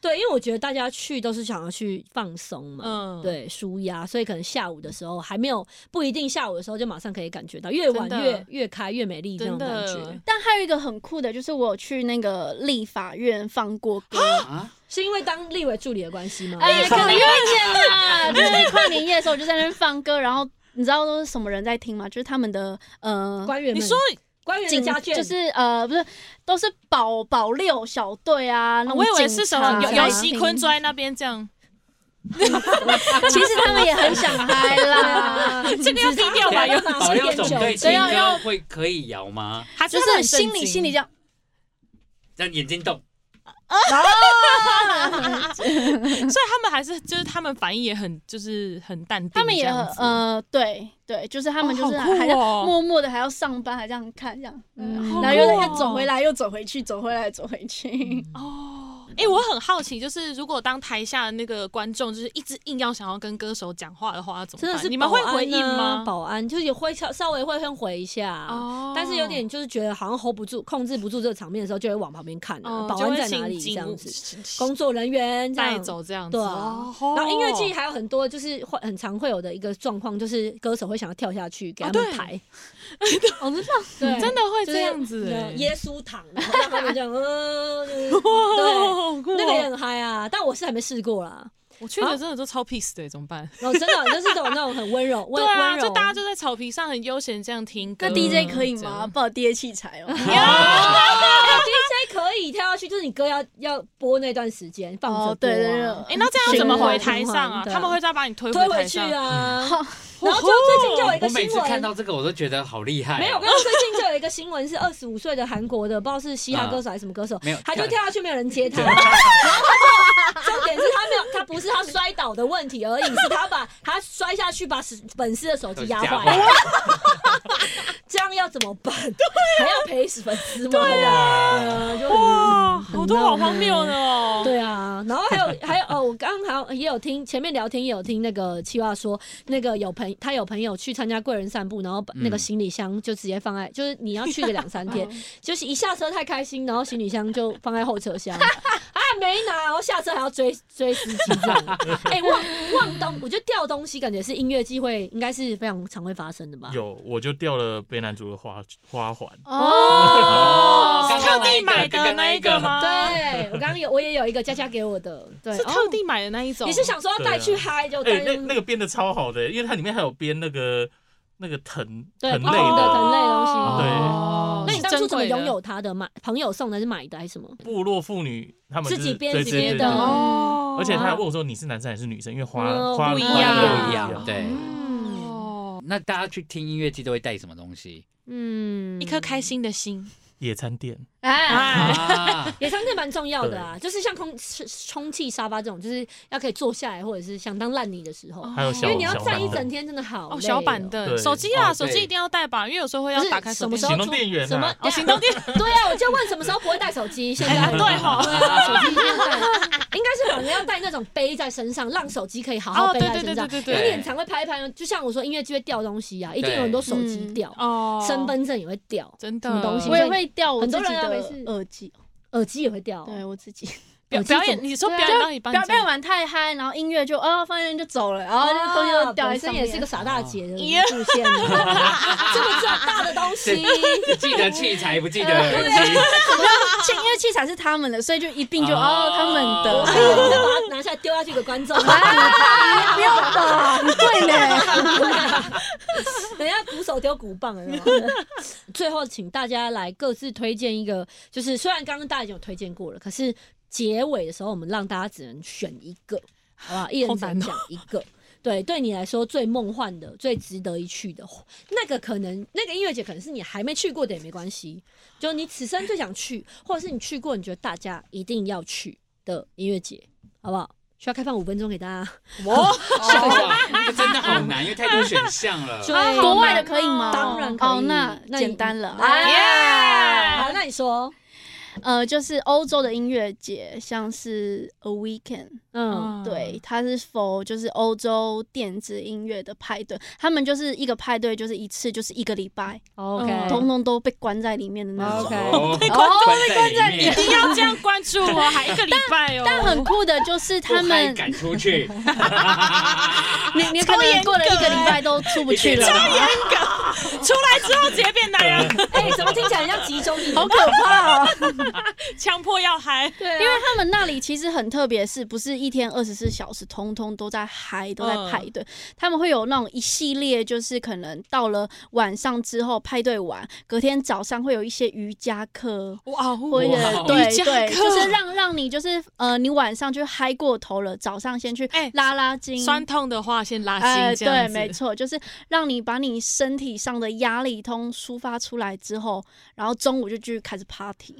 S1: 对，因为我觉得大家去都是想要去放松嘛。
S3: 嗯，
S1: 对，舒压，所以可能下午的时候还没有，不一定下午的时候就马上可以感觉到，越晚
S3: 真的
S1: 越越开越美丽这
S3: 真
S1: 种感
S3: 的
S1: 觉，，
S5: 但还有一个很酷的，就是我有去那个立法院放过歌，
S2: 啊，
S1: 是因为当立委助理的关系吗？
S3: 啊
S5: 哎，可能有一点啦，就是跨年夜的时候我就在那边放歌，然后你知道都是什么人在听吗？就是他们的呃。
S1: 官员们，
S3: 你说
S1: 官员的家眷
S5: 就是呃，不是，都是保保六小队啊，那种
S3: 我以为是什么
S5: 警
S3: 有
S5: 察
S3: 有戏坤坐在那边这样，
S5: 啊其实他们也很想嗨 啦，
S1: 啊，
S3: 这个要低调吧？有
S2: 保
S1: 十
S2: 六
S1: 点
S2: 总
S1: 九
S2: 队
S1: 这
S2: 情
S1: 样
S2: 歌会可以摇吗？
S3: 还
S5: 就是
S3: 他
S5: 是
S3: 们
S5: 心里
S3: 震惊
S5: 心里这样，
S2: 让眼睛动，
S3: 所以他们还是就是他们反应也很就是很淡定，
S5: 他们也
S3: 这样
S5: 很
S3: 子
S5: 呃，对对，就是他们
S3: 哦
S5: 就是
S3: 好酷哦
S5: 还在默默的还要上班，还这样看这样，
S1: 嗯
S5: 然后又
S3: 好酷哦
S5: 又走回来，又走回去，走回来，走回去。
S3: 哦，哎、我很好奇，就是如果当台下的那个观众就是一直硬要想要跟歌手讲话的话，要怎么办？
S1: 真的是
S3: 啊你们会
S1: 保安
S3: 回应
S1: 呢
S3: 吗？
S1: 保安就是也会稍稍微会先回一下，
S3: 哦
S1: 但是有点就是觉得好像 hold 不住、控制不住这个场面的时候，就会往旁边看了、
S3: 嗯
S1: 呃保
S3: 就
S1: 安
S3: 会
S1: 在
S3: 请
S1: 哪里这
S3: 警
S1: 样
S3: 务
S1: 子，
S3: 公
S1: 工作人员这
S3: 带
S1: 样。
S3: 走这样子。
S1: 对啊
S3: 哦
S1: 然后音乐季还有很多，就是会很常会有的一个状况，就是歌手会想要跳下去给他
S3: 哦
S1: 们
S3: 对
S1: 排，
S5: 哦，真的
S1: 对，
S3: 真的会
S1: 就
S3: 这
S1: 是
S3: 样子、
S1: 呃
S3: 欸，
S1: 耶稣堂，然后让他们这样，嗯，就是对，
S3: 哇，对
S1: 那个也啊很嗨啊，但我是还没试过啦。
S3: 哦我去的真的都超 peace 的、怎么办？
S1: 然后真的就是这种那种很温柔，温
S3: 对
S1: 温、
S3: 啊，
S1: 柔，
S3: 就大家就在草皮上很悠闲这样听歌。
S5: 那 DJ 可以
S3: 这
S5: 吗？
S3: 样？
S5: 不好 DJ 器材哦。
S1: DJ 可以跳下去，就是你歌要要播那段时间放着、播啊
S5: 哦对对 对
S3: 哎、那这样要怎么回台上
S1: 循
S3: 啊？
S1: 环的
S3: 他们会再把你推
S1: 推
S3: 台
S1: 回去
S3: 上。
S1: 啊。
S5: 好
S1: 然后就最 近就有一
S2: 我
S1: 个
S2: 每
S1: 新
S2: 次看
S1: 闻。
S2: 到这个，我都觉得好厉害哦。
S1: 没有，我跟你说，最近就有一个新闻是二十五岁的韩国的，不知道是嘻哈歌手还是什么歌手，
S2: 没有
S1: 他就跳下去，没有人接他。
S2: 对
S1: 然后他就，重点是他没有，他不是他摔倒的问题而已，是他把他摔下去把粉丝的手机压坏了，这样要怎么办？还要赔死粉丝吗？对啊，就很
S3: 哇，
S1: 很
S3: 哦好多
S1: 闹
S3: 好荒谬的哦。
S1: 对啊，然后还有 还有哦，我刚刚好像也有听前面聊天也有听那个七话说，那个有朋他有朋友去参加贵人散步，然后把
S2: 嗯
S1: 那个行李箱就直接放在，就是你要去个两三
S4: 哦
S1: 天，就是一下车太开心，然后行李箱就放在后车厢，啊没拿，然后下车还要追追司机这 样。哎、忘忘东，我觉得掉东西感觉是音乐机会应该是非常常会发生的吧？
S4: 有，我就掉了北南族的花花环，
S1: 哦
S2: 哦
S3: 是特地买的那一个吗？，
S1: 对，我刚刚有我也有一个佳佳给我的，对，
S3: 是
S1: 哦
S3: 特地买的那一种。
S1: 你是想说要带去
S4: 对啊
S1: 嗨就
S4: 哎、
S1: 带、
S4: 那那个编的超好的、欸因为它里面还有编那个那个藤
S1: 对
S4: 藤类
S1: 不同的
S4: 的
S1: 藤类东西
S4: 对
S3: 哦
S1: 那你当初怎么拥？
S3: 是珍贵的
S1: 有它的？买朋友送的，还是买的，还是什么？
S4: 部落妇女，他们
S1: 自
S4: 就
S1: 己
S4: 是
S1: 编
S4: 对
S1: 自
S4: 对
S1: 己
S4: 对
S1: 的
S4: 对对
S3: 哦
S4: 而且他还问我说你是男生还是女生，因为花、
S1: 嗯
S4: 花
S3: 不一
S4: 花
S3: 样
S4: 的都
S2: 不一
S4: 样
S2: 样，。对。
S1: 嗯
S3: 哦，
S2: 那大家去听音乐季都会带什么东西？
S1: 嗯，
S3: 一颗开心的心。
S4: 野餐垫，
S5: 哎，
S3: 哎，
S2: 啊，
S1: 也相对蛮重要的啊，就是像空是充气沙发这种，就是要可以坐下来，或者是想当烂泥的时候，
S3: 哦
S4: 还有
S1: 因
S4: 小
S1: 为你要
S4: 小
S1: 站
S4: 板
S1: 一
S4: 凳
S1: 整天，真的好累
S3: 哦，小板。凳，
S4: 对
S3: 手机啊，
S2: 哦对
S3: 手机一定要带吧，因为有时候会
S1: 不
S3: 要
S1: 是
S3: 打开手
S1: 什么时
S3: 机
S1: 候
S4: 行动电源啊
S1: 什么？
S3: 哦，行动电， 哎
S1: 对啊，我就问什么时候不会带手机？现在
S3: 对吼
S1: 对啊， 手机一定要带，应该是反正要带那种背在身上，让手机可以好好
S3: 哦
S1: 背在身上。
S3: 对对对对
S1: 因
S3: 对
S1: 为你很常会拍一拍，就像我说音乐剧会掉东西啊，一定有很多手机
S5: 嗯
S1: 掉，
S3: 哦，
S1: 身份证也会掉，
S3: 真
S1: 什么
S3: 的
S1: 东西
S5: 我也会掉我自己
S1: 很多人啊没事哦
S5: 的耳机，
S1: 耳机也会掉。
S5: 对我自己
S3: 表
S1: 耳机怎
S3: 表
S1: 么
S3: 演，你说
S1: 对啊
S3: 表演到一半，
S5: 表演完太嗨，然后音乐就哦放音乐就走了，然后就东西
S1: 啊
S5: 都掉在
S1: 本身
S5: 上
S1: 也是个
S5: 面。
S1: 傻大姐的
S3: 耶
S1: 路线啊，这么大的东西，
S2: 记得器材，不记
S1: 啊
S2: 得 耳机。
S5: 器因为器材是他们的，所以就一并就
S2: 哦
S5: 哦他们
S1: 哎我
S5: 的
S1: 还以。为你会把它拿下来丢下去给观众，哎
S5: 不要吧，很贵呢。
S1: 等一下鼓手丢鼓棒了。有没有 最后，请大家来各自推荐一个，就是虽然刚刚大家已经有推荐过了，可是结尾的时候我们让大家只能选一个，好不好？一哦人只能
S3: 好
S1: 讲一个。对，对你来说最梦幻的、最值得一去的，那个可能那个音乐节可能是你还没去过的也没关系，就你此生最想去，或者是你去过你觉得大家一定要去的音乐节，好不好？需要开放五分钟给大家。
S2: 哇，这真的好难，因为太多选项 了。
S1: 就
S5: 国外的可以吗？
S1: 当然可以
S5: 哦，那
S1: 那你
S5: 简单了。
S1: 来
S3: 耶
S1: 好，那你说，
S5: 呃，就是欧洲的音乐节，像是 A Weekend，
S1: 嗯，
S5: 对，，它是否就是欧洲电子音乐的派对？他们就是一个派对，就是一次就是一个礼拜，
S1: OK，
S5: 通通都被关在里面的那种。
S1: 嗯 OK
S2: 哦
S1: 被
S2: 关关在里
S3: 一
S2: 面，
S3: 定要这样关注我，还一个礼拜哦，
S5: 但很酷的就是他
S2: 不
S1: 哦
S2: 嗨
S5: 们，
S2: 赶出 去，
S5: 你你可能过了一个礼拜都出不去了，
S3: 出来之后直接变男人，
S1: 哎，怎么听起来很像集中营？
S5: 好可怕哦！
S3: 强迫要嗨，
S1: 对啊，
S5: 因为他们那里其实很特别，是不是一天二十四小时通通都在嗨，都在派对？
S3: 嗯
S5: 他们会有那种一系列，就是可能到了晚上之后派对完，隔天早上会有一些瑜伽课，
S3: 哇，哦
S5: 或 者
S2: 哇
S5: 对
S3: 瑜伽
S5: 对，
S3: 课
S5: 就是让让你就是呃，你晚上就嗨过头了，早上先去
S3: 哎
S5: 拉拉筋。
S3: 酸痛的话先拉
S5: 哎，
S3: 筋，这样
S5: 对，
S3: 子
S5: 没错，就是让你把你身体上的压力通抒发出来之后，然后中午就继续开始 party。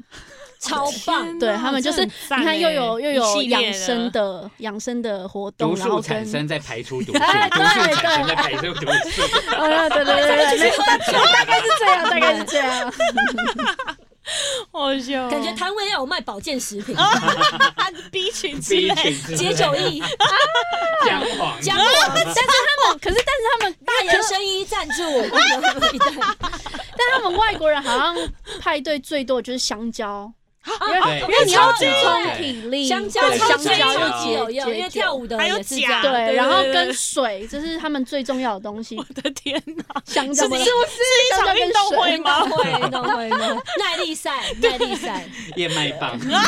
S1: 超棒
S3: 天。
S5: 对
S3: 哪
S5: 他们就
S3: 这啊
S5: 是
S3: 很
S5: 你
S3: 赞
S5: 看又
S3: 欸
S5: 有又
S3: 一
S5: 有
S3: 系列
S5: 养生的养生的活动
S2: 毒，
S5: 然
S2: 素
S5: 后
S2: 产
S5: 跟
S2: 生再排出毒素，毒素
S5: 哎对
S2: 产生再排出毒 素。
S3: 哦
S5: 啊，对对对对，没有大概是这样，大概是这样。
S3: 好笑哦，
S1: 感觉摊位要有卖保健食品、
S5: 啊
S3: B 群之
S2: ，B
S3: 类，
S2: 群之类
S1: 解酒液、
S2: 姜黄，
S1: 姜黄、
S5: 但是他们，可是但是他们
S1: 大人生医赞 助，因
S5: 但他们外国人好像派对最多就是香蕉，
S2: 对
S5: 因为你要补充
S2: 对
S5: 体力，
S1: 香蕉
S5: 对香
S1: 超
S5: 蕉
S1: 级
S5: 又解
S1: 有用，因为
S5: 解
S1: 跳舞的
S3: 还有
S1: 也是这样
S3: 钾啊对
S5: 对，然后
S3: 对对
S5: 跟水，这是他们最重要的东西
S3: 我。的天哪，
S5: 香
S3: 是
S5: 蕉
S3: 不是是一
S5: 香蕉
S3: 场
S5: 跟
S3: 运动会
S5: 水
S1: 运动
S3: 吗？
S1: 会，运动会，运动会耐力赛，耐力 赛，
S2: 燕麦棒，
S5: 啊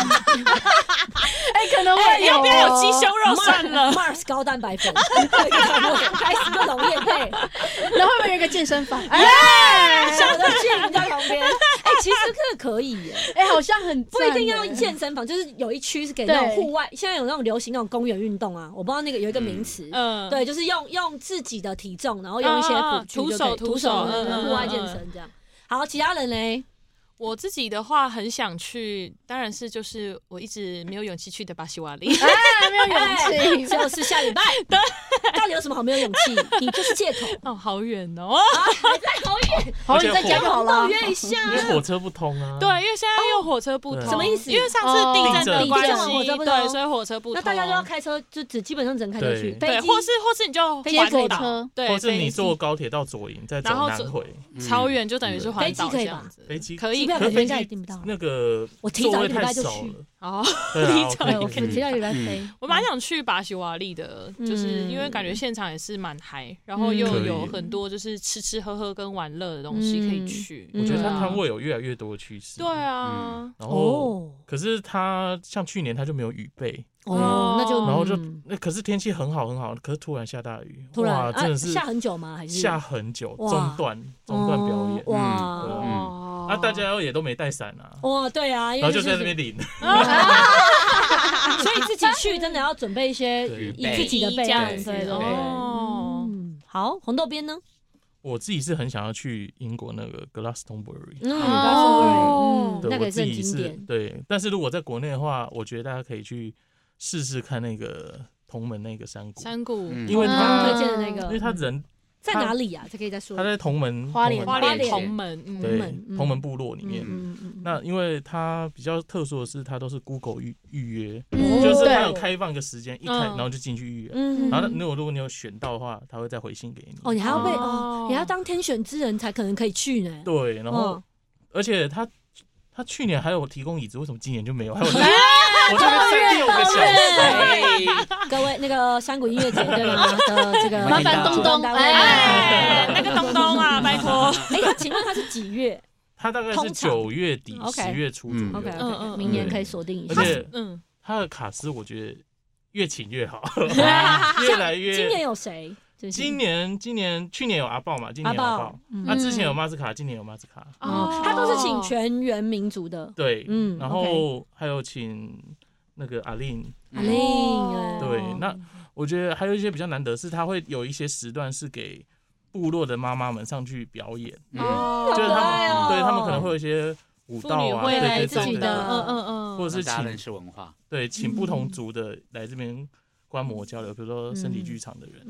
S5: 哎，可能
S1: 哎
S5: 会
S3: 要不要有鸡
S5: 哦
S3: 胸肉算了？
S1: Mars 高蛋白粉，开始各种夜配，
S5: 然后后面有一个健身房， 哎
S1: 小的俊在旁边。哎，其实这个可以耶，
S5: 哎，好像很
S1: 不
S5: 赞
S1: 一定要
S5: 耶
S1: 健身房，就是有一区是给那种户外，现在有那种流行那种公园运动啊，我不知道那个有一个名词。
S3: 嗯，
S1: 对，就是用用自己的体重，然后用一些
S3: 嗯
S1: 辅
S3: 嗯嗯
S1: 具就可以
S3: 徒手
S1: 徒
S3: 徒
S1: 手
S3: 手
S1: 嗯
S3: 嗯
S1: 嗯
S3: 嗯
S1: 户外健身这样。好，其他人嘞，
S3: 我自己的话很想去，当然是就是我一直没有勇气去的巴西瓦利。
S5: 哎，没有勇
S3: 哎
S5: 气。
S1: 就
S3: 哦
S1: 是下礼拜。到底有什么好没有勇气？你就是借口。 啊
S3: 哦，好远哦！
S1: 好远，
S5: 好，你再
S4: 而且
S5: 讲好了。
S1: 约一 下。
S4: 因为火车不通啊。
S3: 对，因为现在又火车不通，
S4: 什么
S1: 意思
S3: 因为上次哦地震的关
S1: 地震火
S3: 系，
S1: 车不通
S3: 对，所以火车不通。
S1: 那大家都要开车，就只基本上只能开车去。
S3: 对，
S1: 飞机
S3: 或是或是你就
S5: 接
S3: 环
S5: 驳
S3: 岛
S5: 车，
S3: 对，
S4: 或是
S3: 飞
S4: 你
S3: 机
S4: 坐高铁到左营，再走
S3: 然后
S4: 南
S3: 走
S4: 回，
S1: 哦
S2: 嗯
S3: 超远，就等于是环岛
S1: 飞机
S3: 这
S1: 可以吧
S3: 样子。
S4: 飞机
S3: 可
S1: 机
S3: 以
S1: 票
S4: 可
S1: 可能
S4: 是飞
S1: 应该也
S4: 机
S1: 订不到。
S4: 那个
S1: 我提
S4: 座
S1: 早一
S4: 位
S1: 个礼拜
S4: 太
S1: 就
S4: 少
S1: 去
S4: 了，
S3: 哦，
S4: 对啊，我可以
S1: 对，我
S4: 理 解
S1: 提早一个礼拜飞
S2: 嗯。
S3: 我蛮想去巴西瓦利的，就是因为感觉现场也是蛮嗨，然后
S1: 嗯
S3: 又
S4: 可以
S3: 有很多就是吃吃喝喝跟玩乐的东西可以去。
S1: 嗯
S4: 我觉
S3: 对
S4: 得它嗯
S3: 啊
S4: 摊位有越来越多的趋势。
S3: 对，啊，
S4: 然后
S1: 哦
S4: 可是它像去年它就没有雨备，
S1: 哦，那就
S4: 然后就
S1: 嗯
S4: 那可是天气很好很好，可是突然下大雨，
S1: 突然
S4: 哇，真
S1: 啊
S4: 的是
S1: 下很久吗？还是
S4: 下很久，
S1: 哇
S4: 中断中断表演
S1: 哦，哇
S4: 嗯
S3: 哇
S1: 哦
S4: 啊，大家也都没带伞啊，
S1: 哇，对啊，因
S4: 然
S1: 为
S4: 后
S1: 就
S4: 就
S1: 是
S4: 在那边淋，
S1: 所以自己去真的要准备一些
S4: 对
S1: 以自己的备案之类的
S4: 对对
S3: 哦，
S1: 嗯，好，红豆边呢？
S4: 我自己是很想要去英国那个 Glastonbury，
S1: 嗯
S3: 哦
S1: 那
S4: 对
S1: 个
S4: 我
S1: 也是
S4: 自
S1: 很
S4: 己
S1: 经
S4: 是
S1: 典。
S4: 对，但是如果在国内的话，我觉得大家可以去试试看那个同门那个山谷，
S3: 山谷，
S2: 嗯
S4: 因为
S1: 刚
S4: 它
S1: 推荐的那
S4: 因为
S1: 个嗯
S4: 它人
S1: 在哪里呀？这可以再说
S4: 它。在同门
S5: 花莲
S4: 同
S3: 花
S4: 门
S3: 莲
S1: 花莲
S3: 同门，嗯
S4: 对
S1: 门
S4: 同
S1: 嗯
S4: 门部落里面。
S1: 嗯嗯
S4: 那因为它比较特殊的是，它都是 Google 预预约，
S5: 嗯
S4: 就是它有
S5: 对
S4: 开放一个时间，一开
S3: 嗯
S4: 然后就进去预约。
S1: 嗯
S4: 然后那如果如果你有选到的话，他会再回信给你。
S1: 哦，你还要被哦
S3: 哦，
S1: 你还要当天选之人才可能可以去呢。
S4: 对，然后
S1: 嗯
S4: 而且他他去年还有提供椅子，为什么今年就没有？还有我那边站六个小时，
S2: 哎
S1: 各位那个山谷音乐节对吗？的这 个
S2: 麻烦
S5: 东东
S1: 哎，
S5: 哎
S3: 哎，那个东东啊，拜 托，
S1: 哎，那请问他是几月？
S4: 他大概
S1: 通
S4: 是
S1: 常
S4: 九月底
S1: OK
S4: 十月初左右。
S1: OK，
S3: 嗯嗯嗯
S1: 明年可以锁定一下
S4: 而。且
S3: 嗯，
S4: 他的卡司我觉得越请越好，
S2: 嗯
S4: 越来越。
S1: 今年有谁？就是
S4: 今年今年去年有阿豹嘛，今年有阿
S1: 阿
S4: 豹
S1: 豹，嗯
S4: 啊之前有马斯卡，今年有马斯卡，
S1: 哦，他都是请全员民族的。
S4: 对，
S1: 嗯
S4: 然后还有请那个阿令，
S2: 嗯
S1: 阿令，哎
S4: 嗯对，那我觉得还有一些比较难得是，他会有一些时段是给部落的妈妈们上去表演，
S2: 嗯
S4: 就
S1: 好
S4: 是
S1: 可
S4: 他
S1: 爱
S4: 们、
S1: 哦
S4: 对他们可能会有一些舞
S3: 妇
S4: 蹈
S3: 女
S4: 啊，
S3: 会
S4: 对
S1: 来
S4: 对
S1: 自己
S4: 对
S1: 的嗯
S4: 对，
S3: 嗯嗯
S4: 或
S3: 嗯，
S4: 者是
S2: 大家
S4: 请
S2: 认识文化，
S4: 对请不同族的来这边观摩交流，比如说身体剧场的人，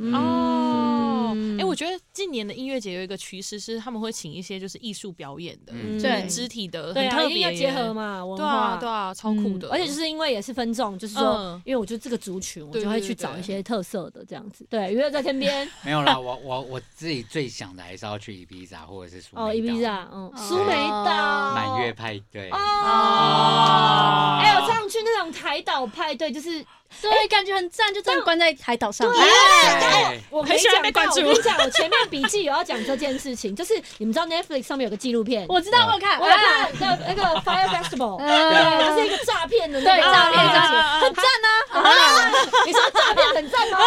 S3: 哦
S1: 嗯，
S3: 哎，我觉得近年的音乐节有一个趋势是，他们会请一些就是艺术表演的，
S2: 嗯
S3: 就是
S5: 对
S3: 肢体的，
S1: 对
S3: 很
S1: 啊，
S3: 特
S1: 因为要
S3: 别
S1: 结合
S3: 嘛，
S1: 嘛，文
S3: 对啊
S1: 化
S3: 对啊，超酷的，
S1: 嗯而且就是因为也是分众，就是说，
S3: 嗯
S1: 因为我觉得这个族群，我
S3: 对
S1: 就会
S3: 对
S1: 去
S3: 对
S1: 找
S3: 对
S1: 一些特色的这样子。对，娱乐在天 边，
S2: 没有啦，我我我自己最想的还是要去伊比萨或者是苏梅岛
S1: 哦，伊比萨，嗯，
S5: 哦
S1: 苏梅岛，
S2: 满月派对，
S1: 哦
S4: 啊
S3: 哦，
S1: 哎，我常常去那种台岛派对，就是
S5: 对，哎感觉很赞，就这样关在海岛上。哎
S2: 对，
S1: 我没
S3: 很喜欢
S1: 讲
S3: 被
S1: 到，
S3: 关
S1: 我
S3: 注
S1: 跟你讲，我前面笔记有要讲这件事情，就是你们知道 Netflix 上面有个纪录片，
S5: 我知道，我有看，
S1: 我有看那那个 Fire Festival，对，
S5: 嗯，
S1: 就是一个诈骗的那
S5: 对
S1: 个
S5: 诈骗诈
S1: 啊
S5: 骗，很赞啊！
S1: 你说诈骗很赞吗？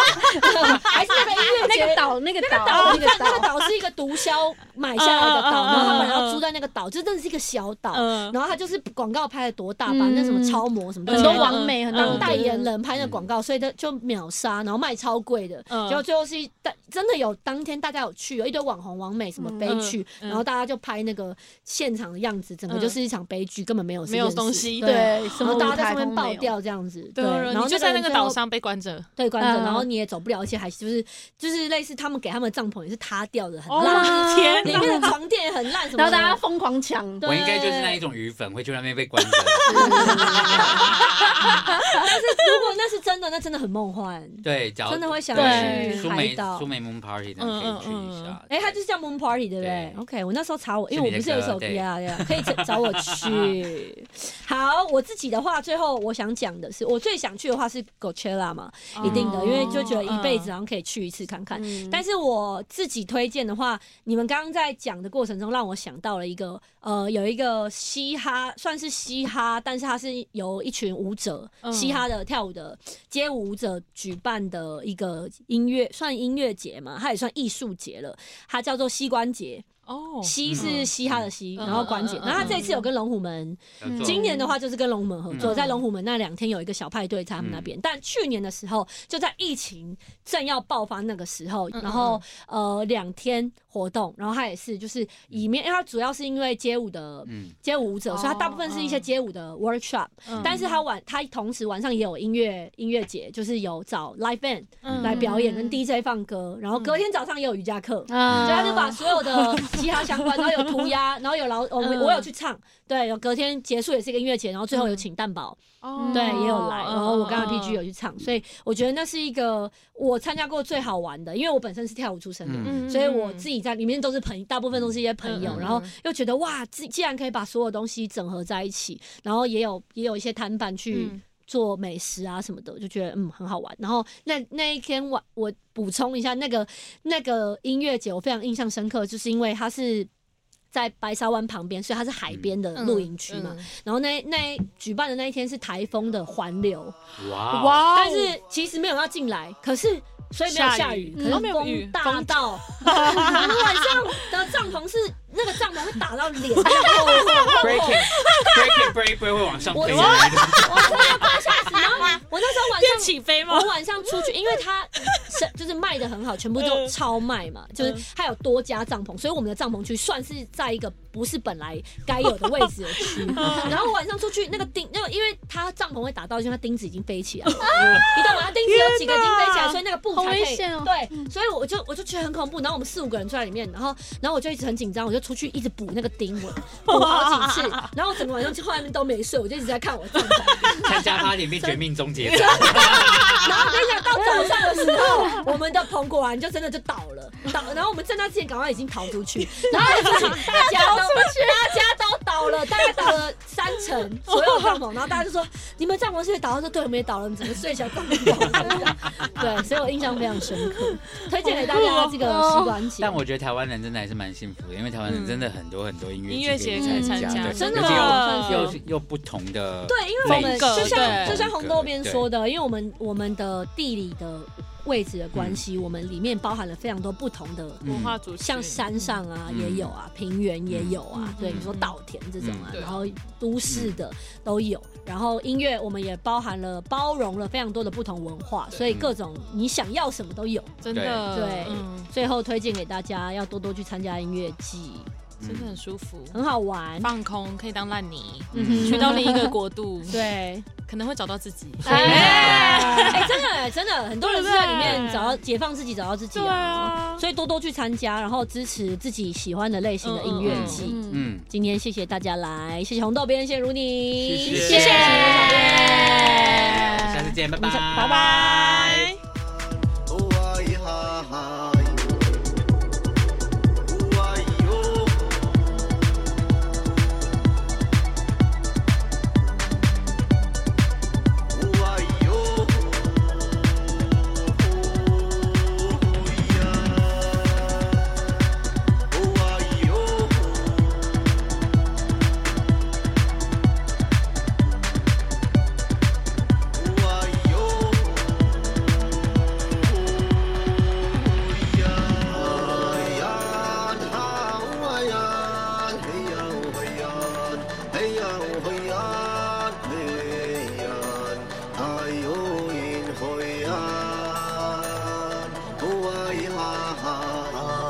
S1: 还是那个音乐节
S5: 那个岛，那个岛，
S1: 岛，
S5: 那
S1: 那
S5: 个
S1: 那个
S5: 岛，
S1: 岛是一个毒枭买下来的岛，
S3: 嗯嗯嗯
S1: 然后他本来要住在那个岛，就真的是一个小岛。
S3: 嗯，
S1: 然后他就是广告拍的多大，把
S5: 嗯
S1: 那什么超模什么的
S5: 很
S1: 全
S5: 多
S1: 部
S3: 网
S5: 完美，很
S1: 当
S5: 多
S1: 代言。人拍那广告，所以他就秒杀，然后卖超贵的，
S3: 嗯
S1: 结果最后是一但真的有当天大家有去，有一堆网红、网美什么悲剧，
S3: 嗯嗯嗯
S1: 然后大家就拍那个现场的样子，整个就是一场悲剧，根本没有
S3: 没有
S1: 认识
S3: 东西
S1: 嗯对。
S5: 对，什
S1: 然
S5: 么
S1: 后大
S5: 舞
S1: 家在
S5: 台
S1: 上
S5: 都
S1: 面
S5: 没
S1: 爆
S5: 有。
S1: 掉这样子，对，
S3: 对，
S1: 然
S3: 然
S1: 后
S3: 后就在那
S1: 人
S3: 个
S1: 最后
S3: 岛上被关着，
S1: 对关着，
S5: 嗯
S1: 然后你也走不了，而且还就是就是就是类似他们给他们的帐篷也是塌掉的，很
S3: 哦
S1: 烂，
S3: 天
S1: 里
S3: 哪！
S1: 面的床垫也很烂，什么
S5: 然后
S1: 的
S5: 大家疯狂抢，
S1: 对
S2: 我应该就是那一种鱼粉，会去那边被关着。
S1: 如果那是真的，那真的很梦幻。
S2: 对，假如
S1: 真的会想
S5: 对
S1: 去
S2: 苏
S1: 海
S2: 梅
S1: 岛
S2: 苏梅 Moon Party 真的可以去一
S3: 嗯嗯
S2: 下。
S1: 哎、它就是叫 Moon Party，对不对
S2: 对
S1: o k 我那时候查我，因为
S2: 是
S1: 我
S2: 你的
S1: 不是有一首歌
S2: 歌
S1: 啊，对 啊，可以找找我去。好，我自己的话，最后我想讲的是，我最想去的话是 Coachella 嘛，
S2: 哦
S1: 一定的，因为就觉
S2: 嗯
S1: 得一辈子好像可以去一次看看。
S5: 嗯
S1: 但是我自己推荐的话，你们刚刚在讲的过程中，让我想到了一个，呃，有一个嘻哈，算是嘻哈，但是它是由一群舞者，
S3: 嗯
S1: 嘻哈的跳舞的街舞舞者举办的一个音乐，算音乐节嘛，它也算艺术节了，它叫做膝关节，
S3: 哦，
S1: 膝是嘻哈的嘻，
S3: 嗯
S1: 然后关节，
S3: 嗯嗯嗯
S1: 然后它这次有跟龙虎门
S2: 叫做
S1: 今年的话就是跟龙虎门合作，
S2: 嗯
S1: 在龙虎门那两天有一个小派对在他们那边。但去年的时候，就在疫情正要爆发那个时候，
S3: 嗯嗯
S1: 然后呃两天活动，然后他也是就是里
S3: 嗯
S1: 面，因为他主要是因为街舞的
S2: 嗯，
S1: 街舞舞
S3: 哦
S1: 者，所以他大部分是一些街舞的 workshop，
S3: 嗯
S1: 但是他晚他同时晚上也有音乐音乐节，就是有找 live band
S3: 嗯
S1: 来表演，
S5: 嗯
S1: 跟 DJ 放歌，然后隔天早上也有瑜伽课。
S5: 啊
S1: 所以他就把所有的嘻哈相关，然后有涂鸦，然后有老，哦我
S3: 嗯
S1: 我有去唱，对，有隔天结束也是一个音乐节，然后最后有请蛋宝，
S3: 哦嗯
S1: 对，也有来，然后我跟
S3: 刚
S1: 阿
S3: 刚
S1: PG 有去唱，所以我觉得那是一个我参加过最好玩的，因为我本身是跳舞出身的。
S2: 嗯
S1: 所以我自己在里面都是朋，大部分都是一些朋友，
S3: 嗯嗯嗯
S1: 然后又觉得哇，既既然可以把所有东西整合在一起，然后也有也有一些摊贩去
S3: 嗯
S1: 做美食啊什么的，就觉得嗯很好玩。然后那那一天晚，我补充一下，那个那个音乐节我非常印象深刻，就是因为它是在白沙湾旁边，所以它是海边
S3: 嗯
S1: 的露营区嘛。，然后那那举办的那一天是台风的环流，
S2: 哇哦哇，
S1: 嗯
S3: 哇，哦
S1: 但是其实没有要进来，可是所以没有下
S3: 下
S1: 雨
S3: 雨，
S1: 可是
S3: 嗯没有雨
S1: 风大
S3: 风
S1: 到 晚上的帐篷是那个帐篷会打到 脸，然后我
S2: breaking breaking break break 会往上
S1: 我哦
S2: 飞上来的，
S1: 我真的快吓死。然后我那时候晚
S3: 变
S1: 上
S3: 起飞吗
S1: 我？晚上出 去，因为它是就是卖的很好，全部都
S3: 嗯
S1: 超卖嘛，就是
S5: 嗯
S1: 它有多家帐篷，所以我们的帐篷区算是在一个不是本来该有的位置的 区。
S5: 嗯
S1: 然后我晚上出去，那个钉，那个因为它帐篷会打到，因为它钉子已经飞起 来了，你懂吗？它钉子有几个已经飞起来，所以那个布
S5: 好
S1: 才可
S5: 危
S1: 以。
S5: 险哦
S1: 对，所以我就我就觉得很恐怖。然后我们四五个人坐在里面，然后然后我就一直很紧张，我就出去一直补那个钉，我补好 几次。然后我整个晚上就后面都没睡，我就一直在看我帐篷。
S2: 参加 party 变绝命 终结者，
S1: 然后我跟你讲，到早上的时候，我们的棚果然就真的就倒了，倒。然后我们在那之前，赶快已经逃出 去，然后出去，大家都大家都倒了，大概倒了三层所有帐篷，然后大家就说：“你们帐篷是倒了，我说对，我们也倒了，你怎么睡起来帐篷倒了？”对，所以我印象非常深刻，推荐给大家这个膝关节。
S2: 但我觉得台湾人真的还是蛮幸福的，因为台湾人真的很多很多音
S1: 嗯
S3: 音乐
S2: 乐
S3: 节
S2: 可
S3: 可
S2: 以
S3: 以
S2: 参
S3: 参
S2: 加，
S3: 加
S2: 对
S1: 真的
S2: 而且又
S1: 嗯
S2: 又又不同的
S1: 对，因为我们
S2: 类
S3: 风格
S1: 就像
S3: 对
S1: 就像红豆边说
S2: 的，
S1: 的，因为我们我们的地理的位置的关系，我们里面包含了非常多不同的
S3: 嗯文化主
S1: 像山上啊
S2: 嗯
S1: 也有啊，平原也有啊
S3: 嗯，
S1: 对，
S3: 嗯
S1: 你说稻田这种啊，
S3: 嗯对
S1: 然后都市的都有，然后音乐我们也包含了包容了非常多的不同文化，所以各种你想要什么都有。
S3: 真的
S1: 对
S3: 嗯
S1: 最后推荐给大家要多多去参加音乐季，
S2: 嗯
S3: 真的很舒服，
S1: 很好玩。
S3: 放空可以当烂泥，
S1: 嗯哼
S3: 去到另一个国度，
S1: 对，
S3: 可能会找到自己。
S1: 哎，真的真的，很多人是在里
S3: 对不
S1: 面
S3: 对
S1: 找到解放自己，找到自己啊。，所以多多去参加，然后支持自己喜欢的类型的音乐季。
S5: 嗯
S2: 嗯。
S1: 今天谢谢大家来，谢谢红豆编，谢谢如你，
S4: 谢谢
S1: 谢谢小
S2: 我们下
S1: 编，
S2: 次见，拜
S1: 我们
S2: 拜，
S1: 嗯下拜拜。
S6: Uai, ha, ha, Uai, oh. Uai, oh. Oh, yeah. Uai, oh. Uai, oh. Oh, yeah. uh, uh,